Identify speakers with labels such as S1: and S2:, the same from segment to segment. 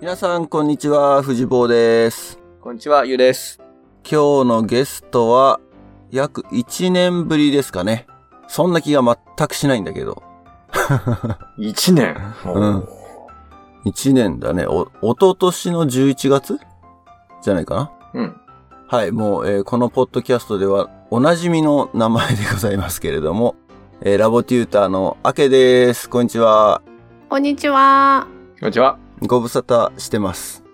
S1: 皆さん、こんにちは。藤坊です。
S2: こんにちは、ゆうです。
S1: 今日のゲストは、約1年ぶりですかね。そんな気が全くしないんだけど。
S2: 1年。
S1: うん。1年だね。お、おととしの11月じゃないかな。
S2: うん。
S1: はい、もう、えーこのポッドキャストでは、おなじみの名前でございますけれども、えーラボテューターのアケです。こんにちは。
S3: こんにち は。
S2: こんにちは。
S1: ご無沙汰してます。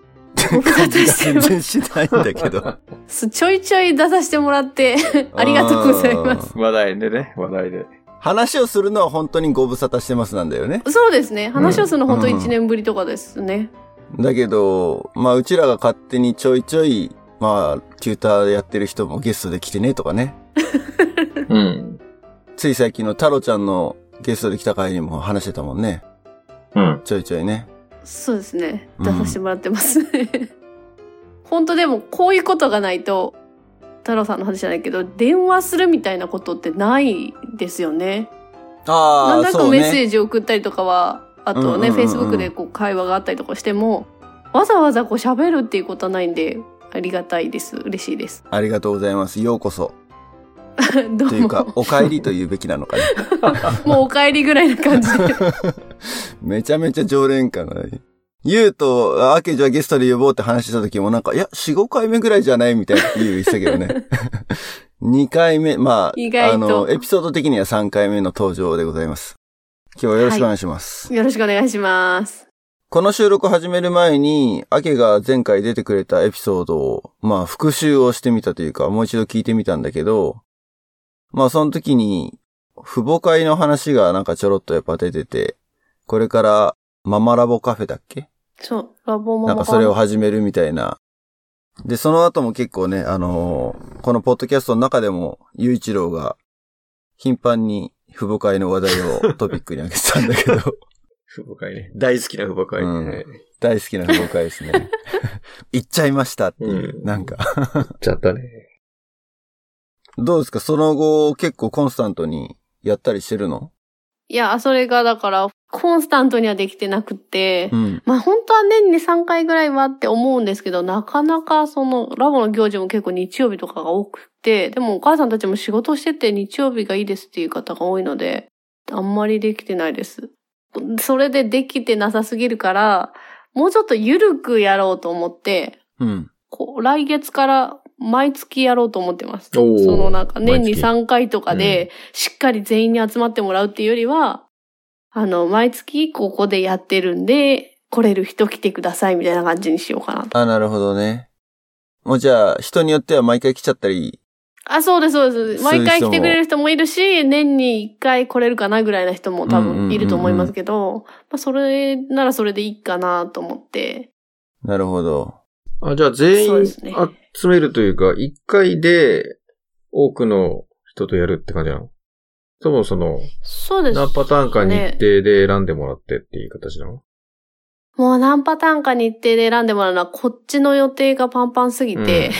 S3: ご無沙汰してま
S1: 全然しないんだけ ど。
S3: す。ちょいちょい出させても らって、ありがとうございます。
S1: す。
S2: 話題でね、話題で。
S1: 話をするのは本当にご無沙汰してますなんだよね。
S3: そうですね。話をするの本当1年ぶりとかですね。
S1: だけど、まあうちらが勝手にちょいちょい、まあ、テューターやってる人もゲストで来てねとかね。
S2: うん。
S1: つい最近の太郎ちゃんのゲストで来た回にも話してたもんね。
S2: うん。
S1: ちょいちょいね。
S3: そうですね。
S1: うん
S3: 出させてもらってます。 本当でも、こういうことがないと、太郎さんの話じゃないけど、電話するみたいなことってないですよね。
S1: あ
S3: なん
S1: あ、
S3: だ
S1: そ
S3: か
S1: う
S3: メッ
S1: ね。
S3: セージを送ったりとかは、あとね、
S1: うんうんうんうん
S3: Facebook でこう会話があったりとかしても、わざわざこう喋るっていうことはないんで、ありがたいです。嬉しいです。
S1: ありがとうございます。ようこそ。
S3: どう
S1: という
S3: も
S1: か。、お帰りというべきなのかね。
S3: もうお帰りぐらいな感じで。
S1: めちゃめちゃ常連感がね。ゆうと、あけじゃあゲストで呼ぼうって話した時もなんか、いや、4、5回目ぐらいじゃないみたいな言う言ってたけどね。2回目、ま
S3: 意
S1: あ、あ
S3: 外と
S1: の、。エピソード的には3回目の登場でございます。今日は よろしくお願いします。
S3: よろしくお願いします。
S1: この収録を始める前に、アケが前回出てくれたエピソードを、まあ復習をしてみたというか、もう一度聞いてみたんだけど、まあその時に、父母会の話がなんかちょろっとやっぱ出てて、これからママラボカフェだっけ
S3: そう、ラボママ
S1: なんかそれを始めるみたいな。で、その後も結構ね、あのーこのポッドキャストの中でも、雄一郎が頻繁に父母会の話題をトピックに挙げてたんだけど、
S2: 父母会ね。大好きな父母会。
S1: うん
S2: はい
S1: 大好きな父母会です ね。行っちゃいましたっていう。
S2: うん
S1: なんか。
S2: ちゃったね。
S1: どうですかその後、結構コンスタントにやったりしてるの
S3: いや、それがだから、コンスタントにはできてなくて、
S1: うん。
S3: まあ本当は年に3回ぐらいはって思うんですけど、なかなかその、ラボの行事も結構日曜日とかが多くて、でもお母さんたちも仕事してて日曜日がいいですっていう方が多いので、あんまりできてないです。それでできてなさすぎるから、もうちょっと緩くやろうと思って、
S1: うん。
S3: こう来月から毎月やろうと思ってます。そ
S2: おー
S3: のなんか年に
S2: 毎月
S3: 3回とかで、しっかり全員に集まってもらうっていうよりは、あの、毎月ここでやってるんで、来れる人来てくださいみたいな感じにしようかなと。
S1: あ、なるほどね。もうじゃあ、人によっては毎回来ちゃったり。
S3: あ、そうです、そうです。
S1: そういう人も
S3: 毎回来てくれる人もいるし、年に1回来れるかなぐらいな人も多分いると思いますけど、まあそれならそれでいいかなと思って。
S1: なるほど。
S2: あ、じゃあ全
S3: そう
S2: 員
S3: ですね
S2: 集めるというか、一回で多くの人とやるって感じなのそもそも、
S3: そうです。
S2: 何パターンか日
S3: ね
S2: 程で選んでもらってっていう形なの
S3: もう何パターンか日程で選んでもらうのは、こっちの予定がパンパンすぎて、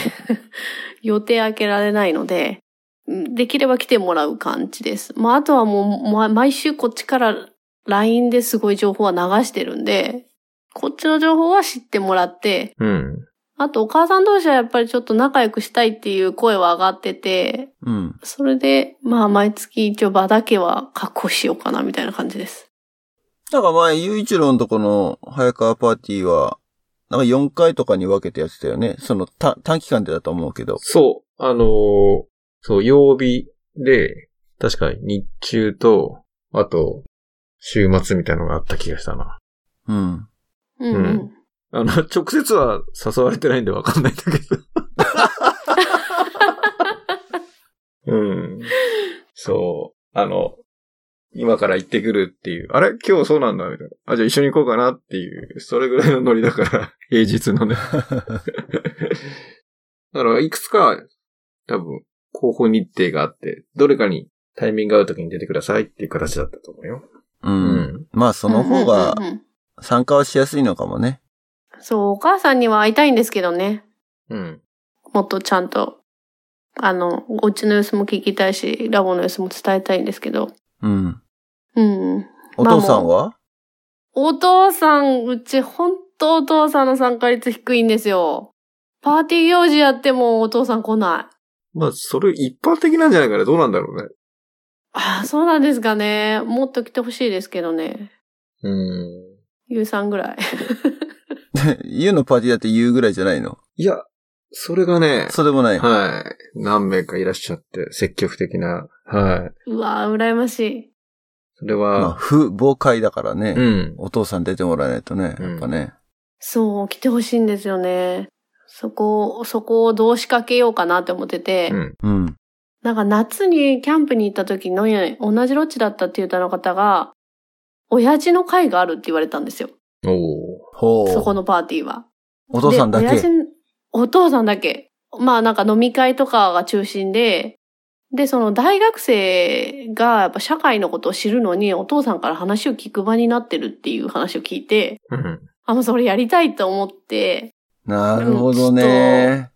S3: 予定開けられないので、うんできれば来てもらう感じです。まあ、あとはもう、ま毎週こっちから LINE ですごい情報は流してるんで、こっちの情報は知ってもらって、
S2: うん。
S3: あとお母さん同士はやっぱりちょっと仲良くしたいっていう声は上がってて、
S1: うん。
S3: それで、まあ毎月一応場だけは確保しようかなみたいな感じです。
S1: なんか前、ゆういちろのとこの早川パーティーは、なんか4回とかに分けてやってたよね。そのた短期間でだと思うけど。
S2: そう。あのーそう、曜日で、確か日中と、あと、週末みたいなのがあった気がしたな。
S1: うん。
S3: うん、う
S2: うんん。あの、 直接は誘われてないんでわかんないんだけど。うん。そう。あの、今から行ってくるっていう。あれ今日そうなんだみたいな。あ、じゃあ一緒に行こうかなっていう、それぐらいのノリだから、 平日のね。だから、いくつか、多分、候補日程があって、どれかにタイミング合うときに出てくださいっていう形だったと思うよ。
S1: う。。
S2: うん
S1: まあ、その方が
S3: うんうんうんうん
S1: 参加はしやすいのかもね。
S3: そう、お母さんには会いたいんですけどね。
S2: うん。
S3: もっとちゃんと。あの、お家の様子も聞きたいし、ラボの様子も伝えたいんですけど。
S1: うん。
S3: うん。
S1: お父さんは、
S3: お父さん、うち本とお父さんの参加率低いんですよ。パーティー行事やってもお父さん来ない。
S2: まあ、それ一般的なんじゃないかな。どうなんだろうね。
S3: ああ、そうなんですかね。もっと来てほしいですけどね。
S2: うん。
S3: ゆうさんぐらい。
S1: ユウのパーティーだって言うぐらいじゃないの
S2: いや、それがね、
S1: そうでもない。
S2: はい。何名かいらっしゃって、積極的な。はい。
S3: うわー羨ましい。
S2: それ
S1: まあ、
S2: は、
S1: 不母会だからね、
S2: うん。
S1: お父さん出てもらわないとね、やっぱね。
S3: そう、来てほしいんですよね。そこ、そこをどう仕掛けようかなって思ってて。
S2: うん。
S1: うん。
S3: なんか夏にキャンプに行った時の同じロッジだったっていう歌の方が、親父の会があるって言われたんですよ。
S2: おー
S1: ほう。
S3: そこのパーティーは。
S1: お父さんだ
S3: で親父
S1: け。
S3: お父さんだけ。まあなんか飲み会とかが中心で、で、その大学生がやっぱ社会のことを知るのにお父さんから話を聞く場になってるっていう話を聞いて、
S2: うん。
S3: あ、もうそれやりたいと思って、
S1: なるほどね。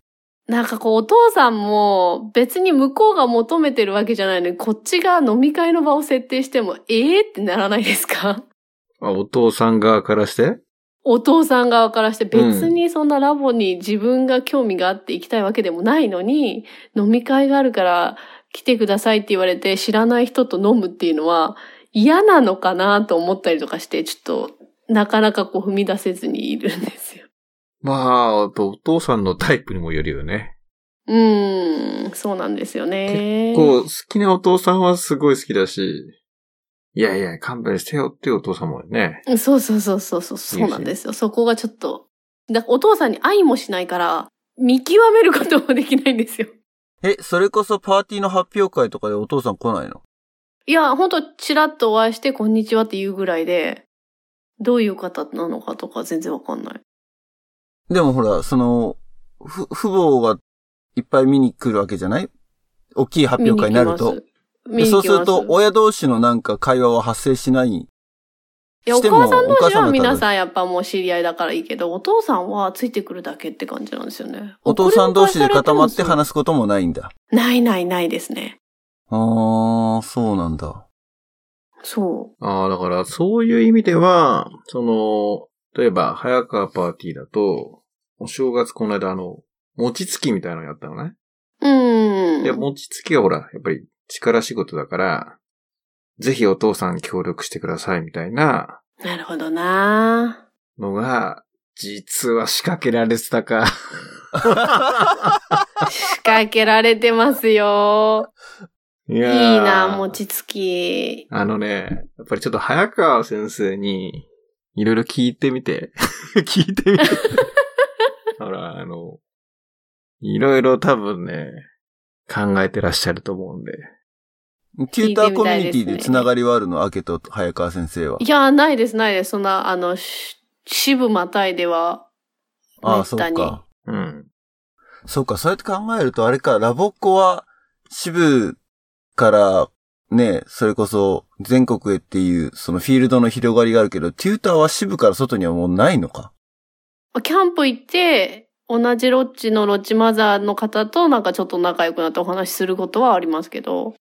S3: なんかこうお父さんも別に向こうが求めてるわけじゃないのに、こっちが飲み会の場を設定しても、ええってならないですか
S2: あ、お父さん側からして
S3: お父さん側からして別にそんなラボに自分が興味があって行きたいわけでもないのに、飲み会があるから来てくださいって言われて知らない人と飲むっていうのは嫌なのかなと思ったりとかして、ちょっとなかなかこう踏み出せずにいるんですよ。
S2: まあ、あとお父さんのタイプにもよるよね。
S3: うーん、そうなんですよね。
S2: こう、好きなお父さんはすごい好きだし、いやいや、勘弁してよっていうお父さんもね。
S3: そうそうそうそうそう、そうなんですよ。そこがちょっと、だからお父さんに愛もしないから、見極めることもできないんですよ。
S1: え、それこそパーティーの発表会とかでお父さん来ないの
S3: いや、ほんと、ちらっとお会いして、こんにちはって言うぐらいで、どういう方なのかとか全然わかんない。
S1: でもほら、その、ふ、父母がいっぱい見に来るわけじゃない大きい発表会になると。
S3: 見
S1: で
S3: に来ます。見に来
S1: そ
S3: ま
S1: うすると、親同士のなんか会話は発生しない。
S3: いや、
S1: し
S3: お
S1: ても
S3: 母さん同
S1: お母
S3: 士
S1: さん
S3: は
S1: の
S3: 皆さんやっぱもう知り合いだからいいけど、お父さんはついてくるだけって感じなんですよね。
S1: お父さん同士で固まって
S3: 送り迎えされも
S1: 話すこともないんだ。
S3: そうないないないですね。
S1: あー、そうなんだ。
S3: そう。
S2: ああ、だから、そういう意味では、その、例えば、早川パーティーだと、お正月この間、あの、餅つきみたいなのやったのね。
S3: うーん。
S2: で、餅つきはほら、やっぱり力仕事だから、ぜひお父さん協力してくださいみたいな
S3: なるほどな
S2: のが、実は仕掛けられてたか。
S3: 仕掛けられてますよ。
S2: い
S3: いい
S2: やー
S3: な、餅つき。
S2: あのね、やっぱりちょっと早川先生に、いろいろ聞いてみて、 聞いて みて。ほら、あの、いろいろ多分ね、考えてらっしゃると思うんで。
S1: テューターコミュニティでつながりはあるの明けと早川先生は。
S3: いや、ないです、ないです。そんな、あの、し支部またいでは、
S1: あ
S3: め
S1: ー、
S3: っ
S1: そ
S3: た
S1: う
S3: に。
S1: か。
S2: うん。。
S1: そうか、そうやって考えると、あれか、ラボっ子は、支部から、ね、それこそ、全国へっていう、そのフィールドの広がりがあるけど、テューターは支部から外にはもうないのか。
S3: キャンプ行って、同じロッチのロッチマザーの方となんかちょっと仲良くなってお話しすることはありますけど、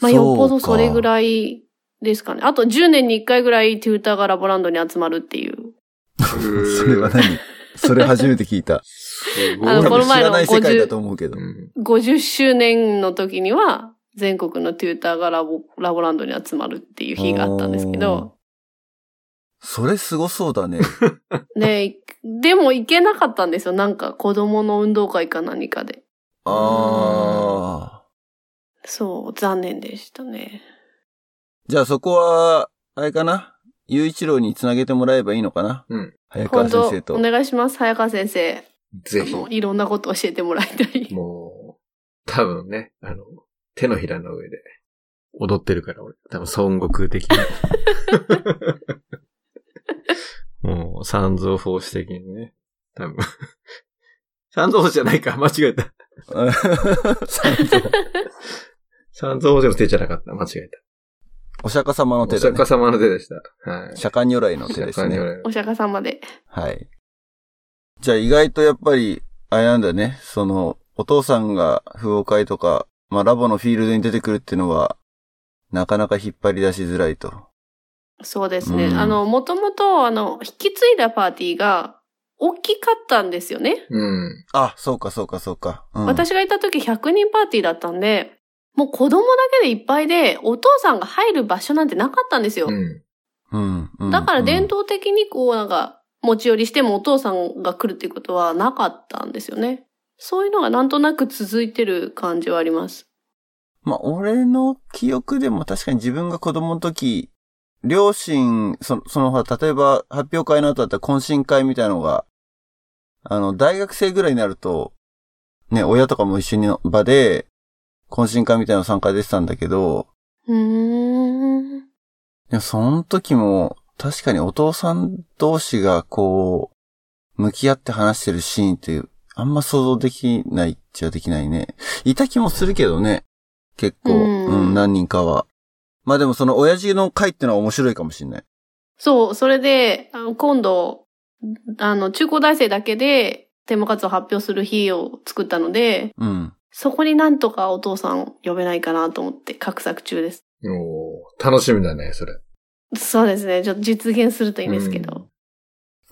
S3: まあよっぽどそれぐ
S1: い。
S3: らいですかね。あと10年に1回ぐらいテューターがラボランドに集まるっていう。
S1: それは何それ初めて聞いた
S2: すごい。
S3: あ
S1: 多
S3: の
S1: 分
S3: この
S1: 知
S3: 前の
S1: らない世界
S3: 50
S1: だと思うけど
S2: う。ん
S3: 50周年の時には、全国のテューターがラボ、ラボランドに集まるっていう日があったんですけど、
S1: それすごそうだね。
S3: ね、いでも行けなかったんですよ。なんか子供の運動会か何かで。
S1: ああ。
S3: そう、残念でしたね。
S1: じゃあそこは、あれかな雄一郎につなげてもらえばいいのかな
S2: うん。
S1: 早川
S3: 本当
S1: 先生と
S3: お。願いします、早川先生。
S2: ぜ
S3: もう
S2: ひ、
S3: いろんなこと教えてもらいたい。
S2: もう、多分ね、あの、手のひらの上で踊ってるから、俺。多分、孫悟空 的な。もう、三蔵法師的にね。多分。三蔵法師じゃないか、間違えた。三蔵法師の手じゃなかった、間違え
S1: お釈迦様
S2: た。
S1: の
S2: お
S1: 手だ
S2: 釈
S1: ね
S2: 迦。様の手でした。はい。
S1: 釈迦如来の手ですね。
S3: お釈迦様で。
S1: はい。じゃあ意外とやっぱり、あれなんだね。その、お父さんが不法会とか、まあラボのフィールドに出てくるっていうのは、なかなか引っ張り出しづらいと。
S3: そうですね。
S1: うん
S3: あの、もともと、あの、引き継いだパーティーが大きかったんですよね。
S2: うん。
S1: あ、そうかそうかそうか。うん、
S3: 私がいた時100人パーティーだったんで、もう子供だけでいっぱいで、お父さんが入る場所なんてなかったんですよ。
S2: うん。
S1: うん、うん
S3: だから伝統的にこうなんか持ち寄りしてもお父さんが来るっていうことはなかったんですよね。そういうのがなんとなく続いてる感じはあります。
S1: まあ、俺の記憶でも確かに自分が子供の時、両親、そその、ほら例えば発表会の後だったら懇親会みたいなのが、あの、大学生ぐらいになると、ね、親とかも一緒の場で、懇親会みたいなの参加でてたんだけど、
S3: うーん。
S1: でもその時も、確かにお父さん同士がこう、向き合って話してるシーンって、あんま想像できないっちゃできないね。いた気もするけどね。結構、う
S3: うん
S1: ん、何人かは。まあでもその親父の会ってのは面白いかもしれない。
S3: そう、それで、あの今度、あの、中高大生だけでテーマ活動を発表する日を作ったので、
S1: うん。
S3: そこになんとかお父さんを呼べないかなと思って画策中です。
S2: おー楽しみだね、それ。
S3: そうですね。ちょっと実現するといいんですけど。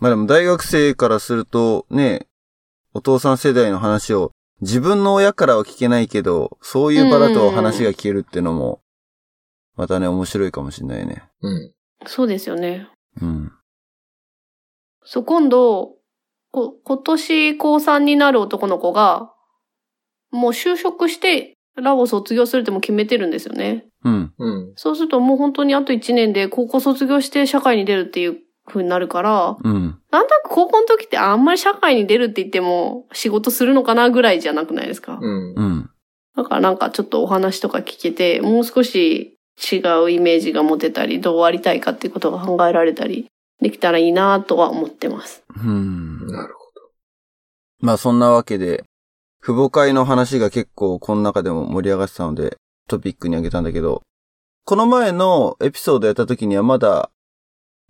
S1: まあでも大学生からすると、ね、お父さん世代の話を、自分の親からは聞けないけど、そういう場だと話が聞けるってのも、またね、面白いかもしれないね。
S2: うん。
S3: そうですよね。
S1: うん。
S3: そう、今度、こ今年高3になる男の子が、もう就職してラボ卒業するってもう決めてるんですよね。
S1: うん。
S2: うん。
S3: そうするともう本当にあと1年で高校卒業して社会に出るっていう風になるから、
S1: うん。
S3: なんとなく高校の時ってあんまり社会に出るって言っても仕事するのかなぐらいじゃなくないですか。
S2: うん。
S1: うん。
S3: だからなんかちょっとお話とか聞けて、もう少し違うイメージが持てたり、どうありたいかっていうことが考えられたりできたらいいなとは思ってます。
S1: うん。
S2: なるほど。
S1: まあそんなわけで、父母会の話が結構この中でも盛り上がってたので、トピックにあげたんだけど、この前のエピソードやった時にはまだ、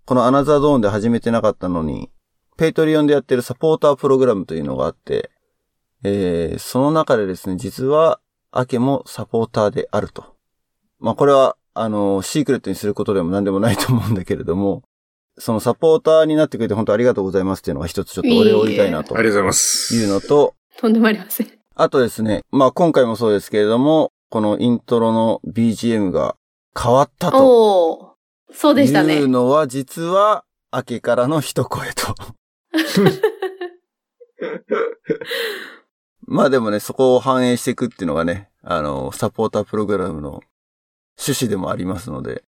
S1: このアナザードーンで始めてなかったのに、ペイトリオンでやってるサポータープログラムというのがあって、えー、その中でですね、実は、アケもサポーターであると。まあこれは、あの、シークレットにすることでも何でもないと思うんだけれども、そのサポーターになってくれて本当ありがとうございますっていうのが一つちょっとお礼を言いたいなと
S2: ありがとうございます。
S1: いうのと、
S3: とんでもありません。
S1: あとですね、まあ今回もそうですけれども、このイントロの BGM が変わったと
S3: おおーそうでした
S1: い
S3: ね
S1: う。のは実は明けからの一声 と。まあでもね、そこを反映していくっていうのがね、あの、サポータープログラムの趣旨でもありますので、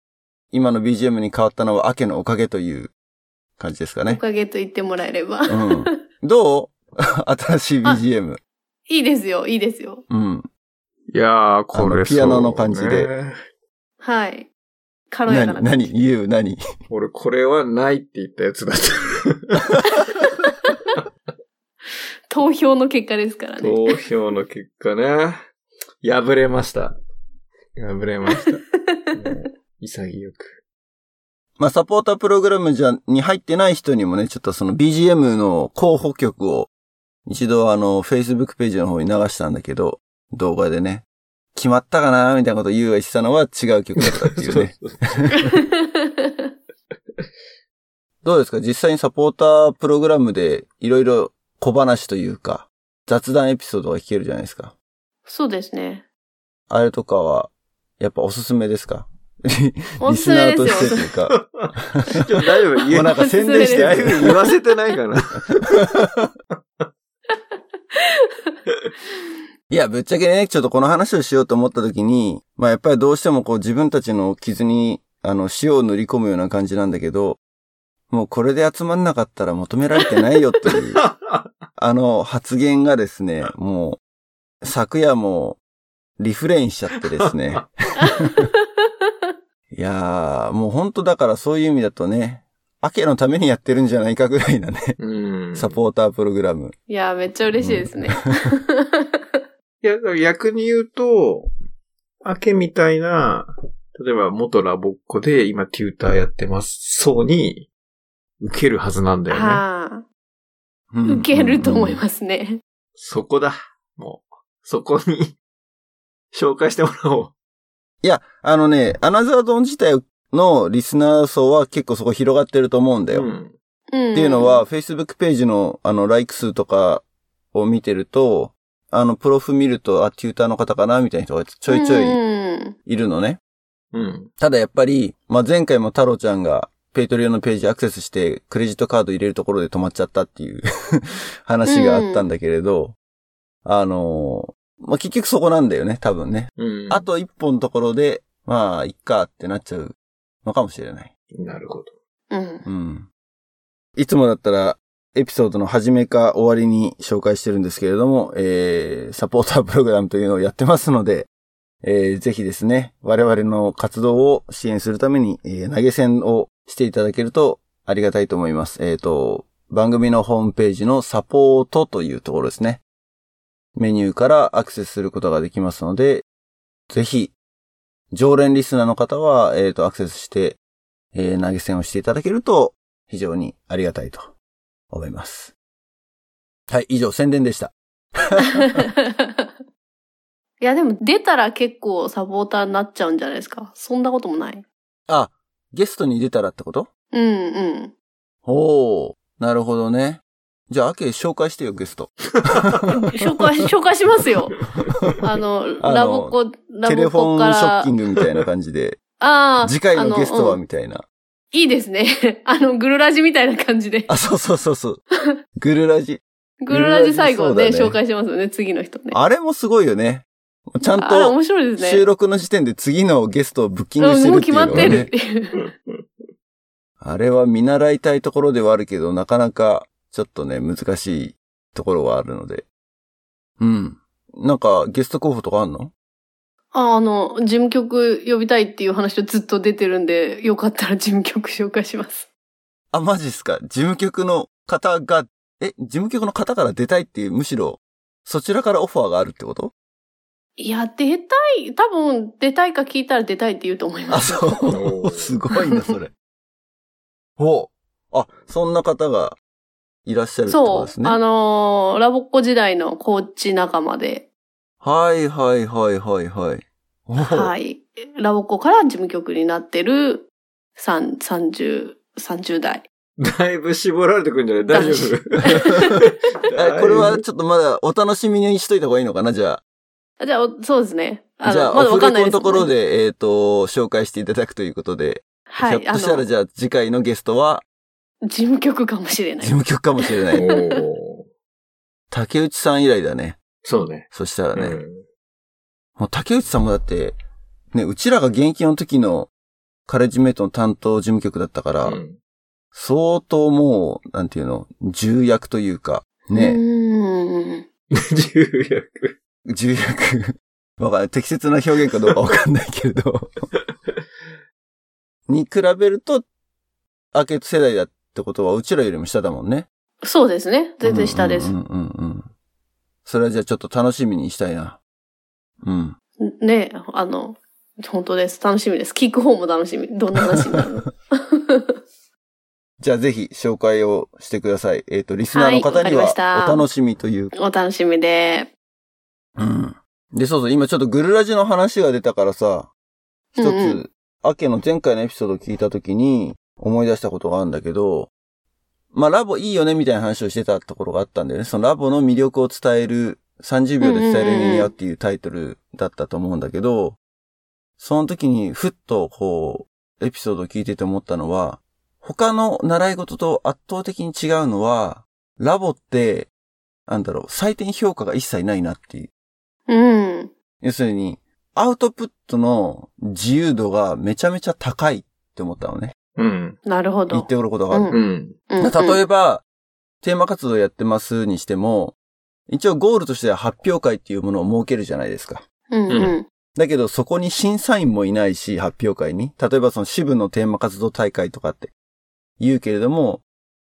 S1: 今の BGM に変わったのは明けのおかげという感じですか
S3: お
S1: ね。
S3: かげと言ってもらえれば。
S1: うん。どう新しい BGM。
S3: いいですよ、いいですよ。
S1: うん。
S2: いやー、こ
S1: あの
S2: れ
S1: ピアノの感じで
S2: そうね
S3: はい。軽やかな
S1: 何、何言う何
S2: 俺、これはないって言ったやつだった。
S3: 投票の結果です からね。
S2: 投票の結果ね。破れました。破れま した。もう潔く。。
S1: まあ、サポータープログラムじゃ、に入ってない人にもね、ちょっとその BGM の候補曲を、一度あの、Facebook ページの方に流したんだけど、動画でね、決まったかなみたいなことを言うしてたのは違う曲だった っていうねどうですか実際にサポータープログラムで、いろいろ小話というか、雑談エピソードが聞けるじゃないですか。
S3: そうですね。
S1: あれとかは、やっぱおすすめですか
S3: お
S1: リ
S3: す
S1: ス
S3: すめ
S1: ナ
S3: で
S1: ー
S3: すよ
S1: と。してというか。
S2: ちょっと大丈夫
S1: も
S2: 言
S1: う
S2: う
S1: なんか宣伝して
S2: だ
S1: あ
S2: い
S1: げ
S2: ぶ
S1: る。
S2: 言わせてないかな。、
S1: いや、ぶっちゃけね、ちょっとこの話をしようと思った時に、まあやっぱりどうしてもこう自分たちの傷に、あの、塩を塗り込むような感じなんだけど、もうこれで集まんなかったら求められてないよという あの発言がですね、もう、昨夜もリフレインしちゃってです ね。いやー、もうほんとだからそういう意味だとね、アケのためにやってるんじゃないかぐらいなね、
S2: うん。
S1: サポータープログラム。
S3: いや、めっちゃ嬉しいですね。
S2: いや、だから逆に言うと、明けみたいな、例えば元ラボっ子で今テューターやってますそうに、受けるはずなんだよね。
S3: は
S1: う
S3: い。
S1: ん
S3: 受けると思い
S1: す。
S3: ますね。
S2: そこだ。もう、そこに 、紹介してもらおう。
S1: いや、あのね、アナザードン自体のリスナー層は結構そこ広がってると思うんだよ。っ
S2: ん。
S3: うん。
S1: ていうのは、、Facebook ページの、あの、ライク数とかを見てると、あの、プロフ見ると、あ、テューターの方かなみたいな人がちょいちょ
S3: う
S1: い
S3: ん。
S1: いるのね。
S2: うん。
S1: ただやっぱり、まあ、前回も太郎ちゃんが、ペイトリオのページアクセスして、クレジットカード入れるところで止まっちゃったっていう 話があったんだけれど、あのーまあ、結局そこなんだよね、多分ね。
S2: うん。
S1: あ、と一本のところで、まあ、いっかってなっちゃうのかもしれない。
S2: なるほど。
S3: うん。
S1: うん。いつもだったら、エピソードの始めか終わりに紹介してるんですけれども、えー、サポータープログラムというのをやってますので、えー、ぜひですね、我々の活動を支援するために、えー投げ銭をしていただけるとありがたいと思います。えっ、と、番組のホームページのサポートというところですね。メニューからアクセスすることができますので、ぜひ、常連リスナーの方は、えっ、と、アクセスして、えー投げ銭をしていただけると、非常にありがたいと思います。はい、以上、宣伝でした。
S3: いや、でも出たら結構サポーターになっちゃうんじゃないですか。そんなこともない。
S1: あ、ゲストに出たらってこと
S3: うんうん。
S1: おー、なるほどね。じゃあ、アケ紹介してよ、ゲスト。
S3: 紹介、紹介しま すよ。あの、
S1: あの
S3: ラボコ、ラ
S1: テレ
S3: ボ
S1: フォ
S3: コ
S1: ン
S3: か
S1: ショッ
S3: ら
S1: キ。ングみたいな感じで、
S3: ああ。
S1: 次回のゲスト
S3: あ
S1: は
S3: のうん
S1: みたいな。
S3: いいですね。 あの、グルラジみたいな感じで。
S1: あ、そうそうそうそう。グルラジ。
S3: グルラジ最後
S1: グル
S3: で
S1: ラジそうだね
S3: 紹介しますよね、次の人ね。
S1: あれもすごいよね。ちゃん
S3: あれ
S1: と
S3: 面白いですね。
S1: 収録の時点で次のゲストをブッキングして
S3: うん
S1: る
S3: もう
S1: ってい
S3: 決
S1: うの
S3: ま
S1: が
S3: ってる
S1: ね。
S3: っていう。
S1: あれは見習いたいところではあるけど、なかなかちょっとね、難しいところはあるので。うん。なんか、ゲスト候補とかあんの
S3: ああの、事務局呼びたいっていう話をずっと出てるんで、よかったら事務局紹介します。
S1: あ、マジっすか。事務局の方が、え、事務局の方から出たいっていう、むしろ、そちらからオファーがあるってこと
S3: いや、出たい、多分出たいか聞いたら出たいって言うと思いま
S1: あ、
S3: す。
S1: そう。すごいな、それ。 ほう。あ、そんな方がいらっしゃるってこ
S3: そ
S1: と
S3: う
S1: です。ね。
S3: あのーラボっ子時代のコーチ仲間で、
S1: はいはいはいはいはい。は。
S3: はいい。ラボっ子から事務局になってる、三、三十、三十代。
S2: だいぶ絞られてくるんじゃない大丈夫
S1: え これ はちょっとまだお楽しみにしといた方がいいのかなじゃ
S3: あじゃあ、おそうですね。
S1: あ。
S3: あ
S1: じゃあ、
S3: の、まだ
S1: オ
S3: わ
S1: フ
S3: か
S1: レ
S3: んない
S1: コの
S3: ですも
S1: と
S3: んね、
S1: ころで、えっ、と、紹介していただくということで、
S3: はい、
S1: ひょっとした
S3: あ
S1: ら
S3: の
S1: じゃあ次回のゲストは
S3: 事務局かもしれな
S1: 事
S3: い。
S1: 務局かもしれな
S2: お
S1: い。
S2: ー
S1: 竹内さん以来だね。
S2: そうね。
S1: そしたらね。
S2: うん
S1: もう竹内さんもだって、ね、うちらが現役の時のカレッジメイトの担当事務局だったから、
S2: うん
S1: 相当もう、なんていうの、重役というか、
S3: う
S1: ね、
S3: ーん。
S2: 重役。
S1: 重役。わかんない。適切な表現かどうかわかんないけれ ど。に比べると、アーケード世代だってことは、うちらよりも下だもんね。
S3: そうですね。全然下です。
S1: うんうんうんうんうん。それはじゃあちょっと楽しみにしたいな。うん。
S3: ねあの、本当です。楽しみです。聞く方も楽しみ。どんな話になる の
S1: じゃあぜひ紹介をしてください。えっ、と、リスナーの方
S3: はいわか
S1: に
S3: り
S1: は
S3: ました
S1: お楽しみという。
S3: お楽しみで。
S1: うん。で、そうそう、今ちょっとグルラジの話が出たからさ、一つ、
S3: うんうん
S1: アケの前回のエピソードを聞いた時に思い出したことがあるんだけど、まあラボいいよねみたいな話をしてたところがあったんだよね。そのラボの魅力を伝える、30秒で伝える人間っていうタイトルだったと思うんだけど、その時にふっとこう、エピソードを聞いてて思ったのは、他の習い事と圧倒的に違うのは、ラボって、なんだろう、採点評価が一切ないなっていう。
S3: うん。
S1: 要するに、アウトプットの自由度がめちゃめちゃ高いって思ったのね。
S2: うん。
S3: なるほ
S1: 言
S3: ど
S1: っ。ておることがある。
S2: うん。
S3: うん
S1: 例えば、テーマ活動やってますにしても、一応ゴールとしては発表会っていうものを設けるじゃないですか。
S3: うんうん。
S1: だけどそこに審査員もいないし、発表会に。例えばその支部のテーマ活動大会とかって言うけれども、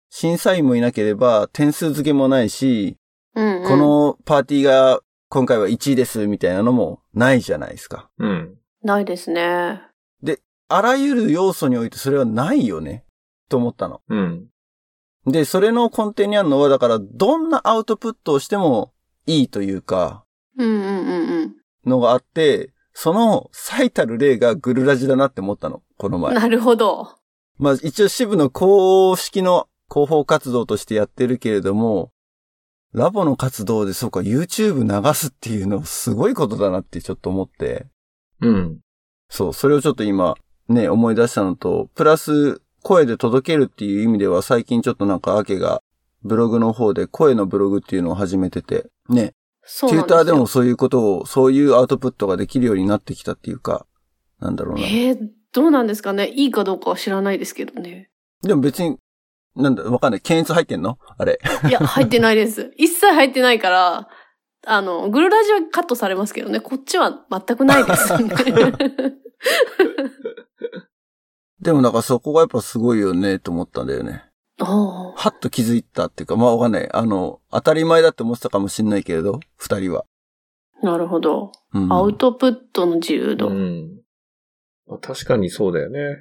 S1: 審査員もいなければ点数付けもないし、
S3: うんうん
S1: こ、のパーティーが今回は1位ですみたいなのもないじゃないですか。
S2: うん。
S3: ないですね。
S1: あらゆる要素においてそれはないよね、と思ったの。
S2: うん。
S1: で、それの根底にあるのは、だから、どんなアウトプットをしてもいいというか、
S3: うんうんうんうん。
S1: のがあって、その最たる例がグルラジだなって思ったの、この前。
S3: なるほど。
S1: まあ一応支部の公式の広報活動としてやってるけれども、ラボの活動でそうか YouTube 流すっていうのすごいことだなってちょっと思って、
S2: うん。
S1: そう、それをちょっと今ね、思い出したのと、プラス声で届けるっていう意味では最近ちょっとなんかアケがブログの方で声のブログっていうのを始めてて、ね、
S3: そう
S1: チ
S3: なん
S1: ュ
S3: で
S1: ータ
S3: すよ
S1: ーでもそういうことを、そういうアウトプットができるようになってきたっていうか、なんだろうな。
S3: えー、どうなんですかねいいかどうかは知らないですけどね。
S1: でも別に、なんだ、わかんない。検閲入ってんのあれ。
S3: いや、入ってないです。一切入ってないから、あの、グルラジはカットされますけどね、こっちは全くないです、 ね。
S1: でもなんかそこがやっぱすごいよね、と思ったんだよね。
S3: ああ
S1: はっと気づいたっていうか、まあわかんない。あの、当たり前だって思ってたかもしんないけれど、二人は。
S3: なるほど。
S1: うん
S3: アウトプットの自由度。
S2: うん。まあ、確かにそうだよね。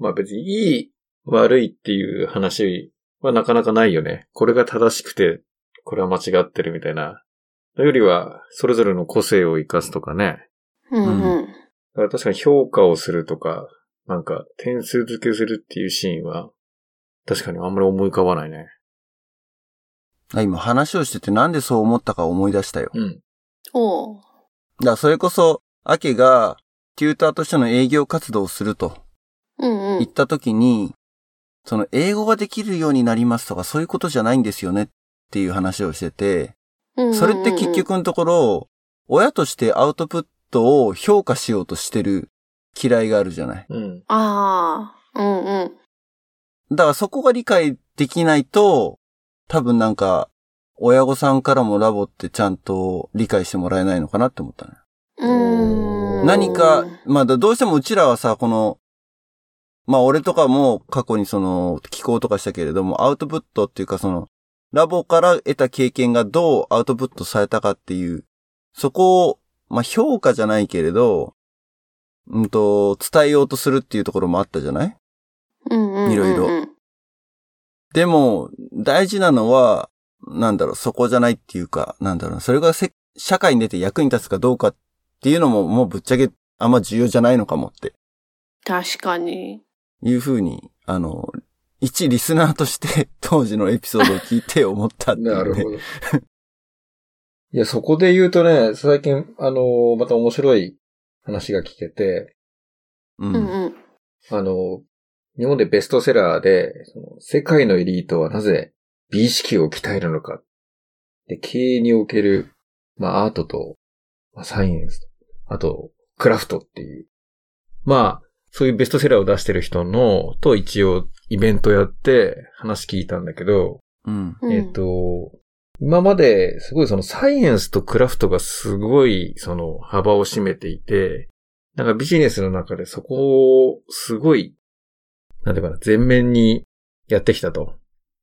S2: まあ別にいい、悪いっていう話はなかなかないよね。これが正しくて、これは間違ってるみたいな。よりは、それぞれの個性を生かすとかね。
S3: うんうん。
S2: だから確かに評価をするとか、なんか点数付けするっていうシーンは、確かにあんまり思い浮かばないね。
S1: あ今話をしててなんでそう思ったか思い出したよ。
S2: うん。
S3: おう
S1: だからそれこそ、アケが、テューターとしての営業活動をすると
S3: うんう
S1: 言っ
S3: ん。
S1: た時に、その英語ができるようになりますとかそういうことじゃないんですよねっていう話をしてて、
S3: うんうんうん
S1: それって結。局のところ、親としてアウトプットを評価しようとしてる嫌いがあるじゃない。
S2: うん。
S3: ああ、うんうん。
S1: だからそこが理解できないと、多分なんか、親御さんからもラボってちゃんと理解してもらえないのかなって思ったね。
S3: うーん
S1: 何か、まあだどうしてもうちらはさ、この、まあ俺とかも過去にその、寄稿とかしたけれども、アウトプットっていうかその、ラボから得た経験がどうアウトプットされたかっていう、そこを、まあ評価じゃないけれど、うんと、伝えようとするっていうところもあったじゃない
S3: うんうんうんうん
S1: いろいろでも、大事なのは、なんだろう、そこじゃないっていうか、なんだろうな、それがせ社会に出て役に立つかどうかっていうのも、もうぶっちゃけあんま重要じゃないのかもって
S3: 確かに。
S1: いうふうに、あの、一リスナーとして 当時のエピソードを聞いて思ったっていう、ね。
S2: なるほど。 いや、そこで言うとね、最近、あのーまた面白い話が聞けて、
S1: う。
S3: うんん
S1: うん。
S3: うん。
S2: あの、日本でベストセラーで、その世界のエリートはなぜ美意識を鍛えるのか。で、経営における、まあ、アートと、まあ、サイエンスと、あと、クラフトっていう。まあ、そういうベストセラーを出してる人の、と一応イベントやって話聞いたんだけど、
S3: うん
S2: えっ、、と、今まですごいそのサイエンスとクラフトがすごいその幅を占めていて、なんかビジネスの中でそこをすごい、なんていうかな、全面にやってきたと。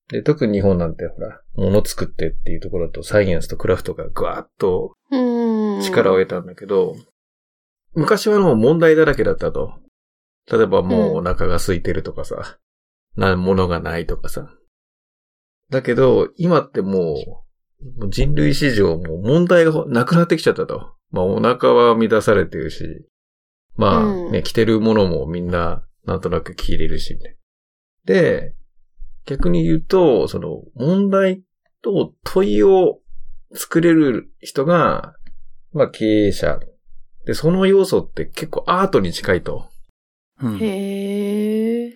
S2: で、特に日本なんてほら、物作ってっていうところだとサイエンスとクラフトがぐわーっと
S3: うん。
S2: 力を得たんだけど、昔はもう問題だらけだったと。例えばもうお腹が空いてるとかさ、な、ものがないとかさ。だけど、今ってもう、もう人類史上もう問題がなくなってきちゃったと。まあお腹は満たされてるし、まあ
S3: うん
S2: ね、着てるものもみんななんとなく着れるし、ね。で、逆に言うと、その問題と問いを作れる人が、まあ経営者。で、その要素って結構アートに近いと。
S1: うん。
S3: へえ。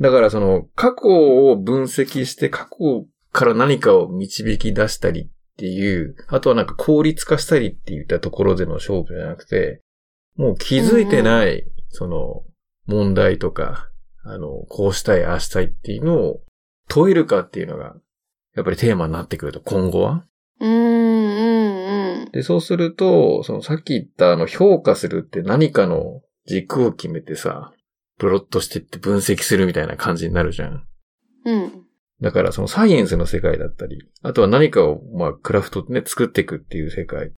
S2: だからその過去を分析して過去から何かを導き出したりっていう、あとはなんか効率化したりっていったところでの勝負じゃなくて、もう気づいてない、その問題とか、あの、こうしたい、ああしたいっていうのを問えるかっていうのが、やっぱりテーマになってくると、今後は。
S3: うんうんうん。
S2: で、そうすると、そのさっき言ったあの評価するって何かの軸を決めてさ、プロットしてって分析するみたいな感じになるじゃん。
S3: うん。
S2: だからそのサイエンスの世界だったり、あとは何かをまあクラフトでね、作っていくっていう世界。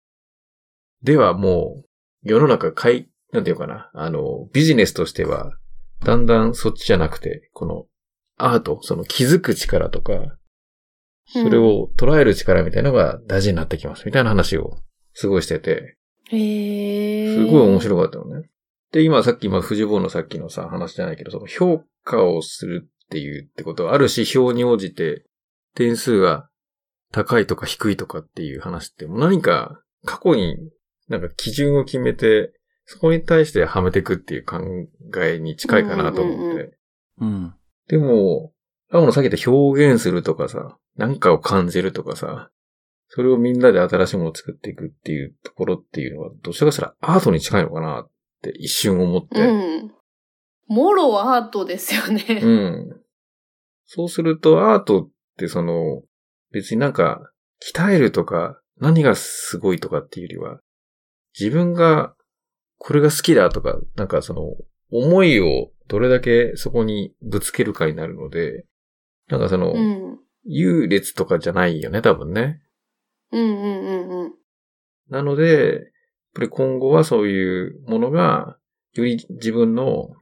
S2: ではもう、世の中かい、なんていうかな、あの、ビジネスとしては、だんだんそっちじゃなくて、このアート、その気づく力とか、それを捉える力みたいなのが大事になってきます、みたいな話をすごいしてて。
S3: へえ。
S2: すごい面白かったのね。で、今さっき、まあ、藤坊のさっきのさ、話じゃないけど、その評価をするっていうってことは、ある指標に応じて点数が高いとか低いとかっていう話って、もう何か過去になんか基準を決めて、そこに対してはめていくっていう考えに近いかなと思って。
S3: うんうんう
S1: うん。
S2: でも、ラボの先で表現するとかさ、何かを感じるとかさ、それをみんなで新しいものを作っていくっていうところっていうのは、どちらかしたらアートに近いのかなって一瞬思って。
S3: うん。もろはアートですよね。
S2: うん。そうすると、アートってその、別になんか、鍛えるとか、何がすごいとかっていうよりは、自分が、これが好きだとか、なんかその、思いをどれだけそこにぶつけるかになるので、なんかその、
S3: うん。
S2: 優劣とかじゃないよね、多分ね。
S3: うんうんうんうん。
S2: なので、やっぱり今後はそういうものが、より自分の好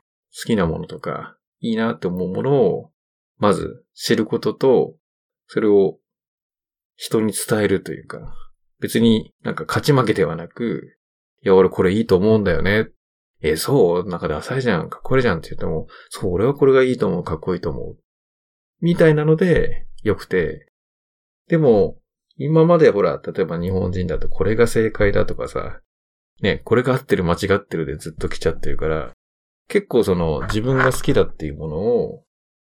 S2: きなものとか、いいなって思うものを、まず知ることと、それを人に伝えるというか、別になんか勝ち負けではなく、いや、俺これいいと思うんだよね。え、そうなんかダサいじゃん、かっこいいじゃんって言っても、そう、俺はこれがいいと思う、かっこいいと思う。みたいなので、良くて。でも、今までほら、例えば日本人だとこれが正解だとかさ、ね、これが合ってる間違ってるでずっと来ちゃってるから、結構その自分が好きだっていうものを、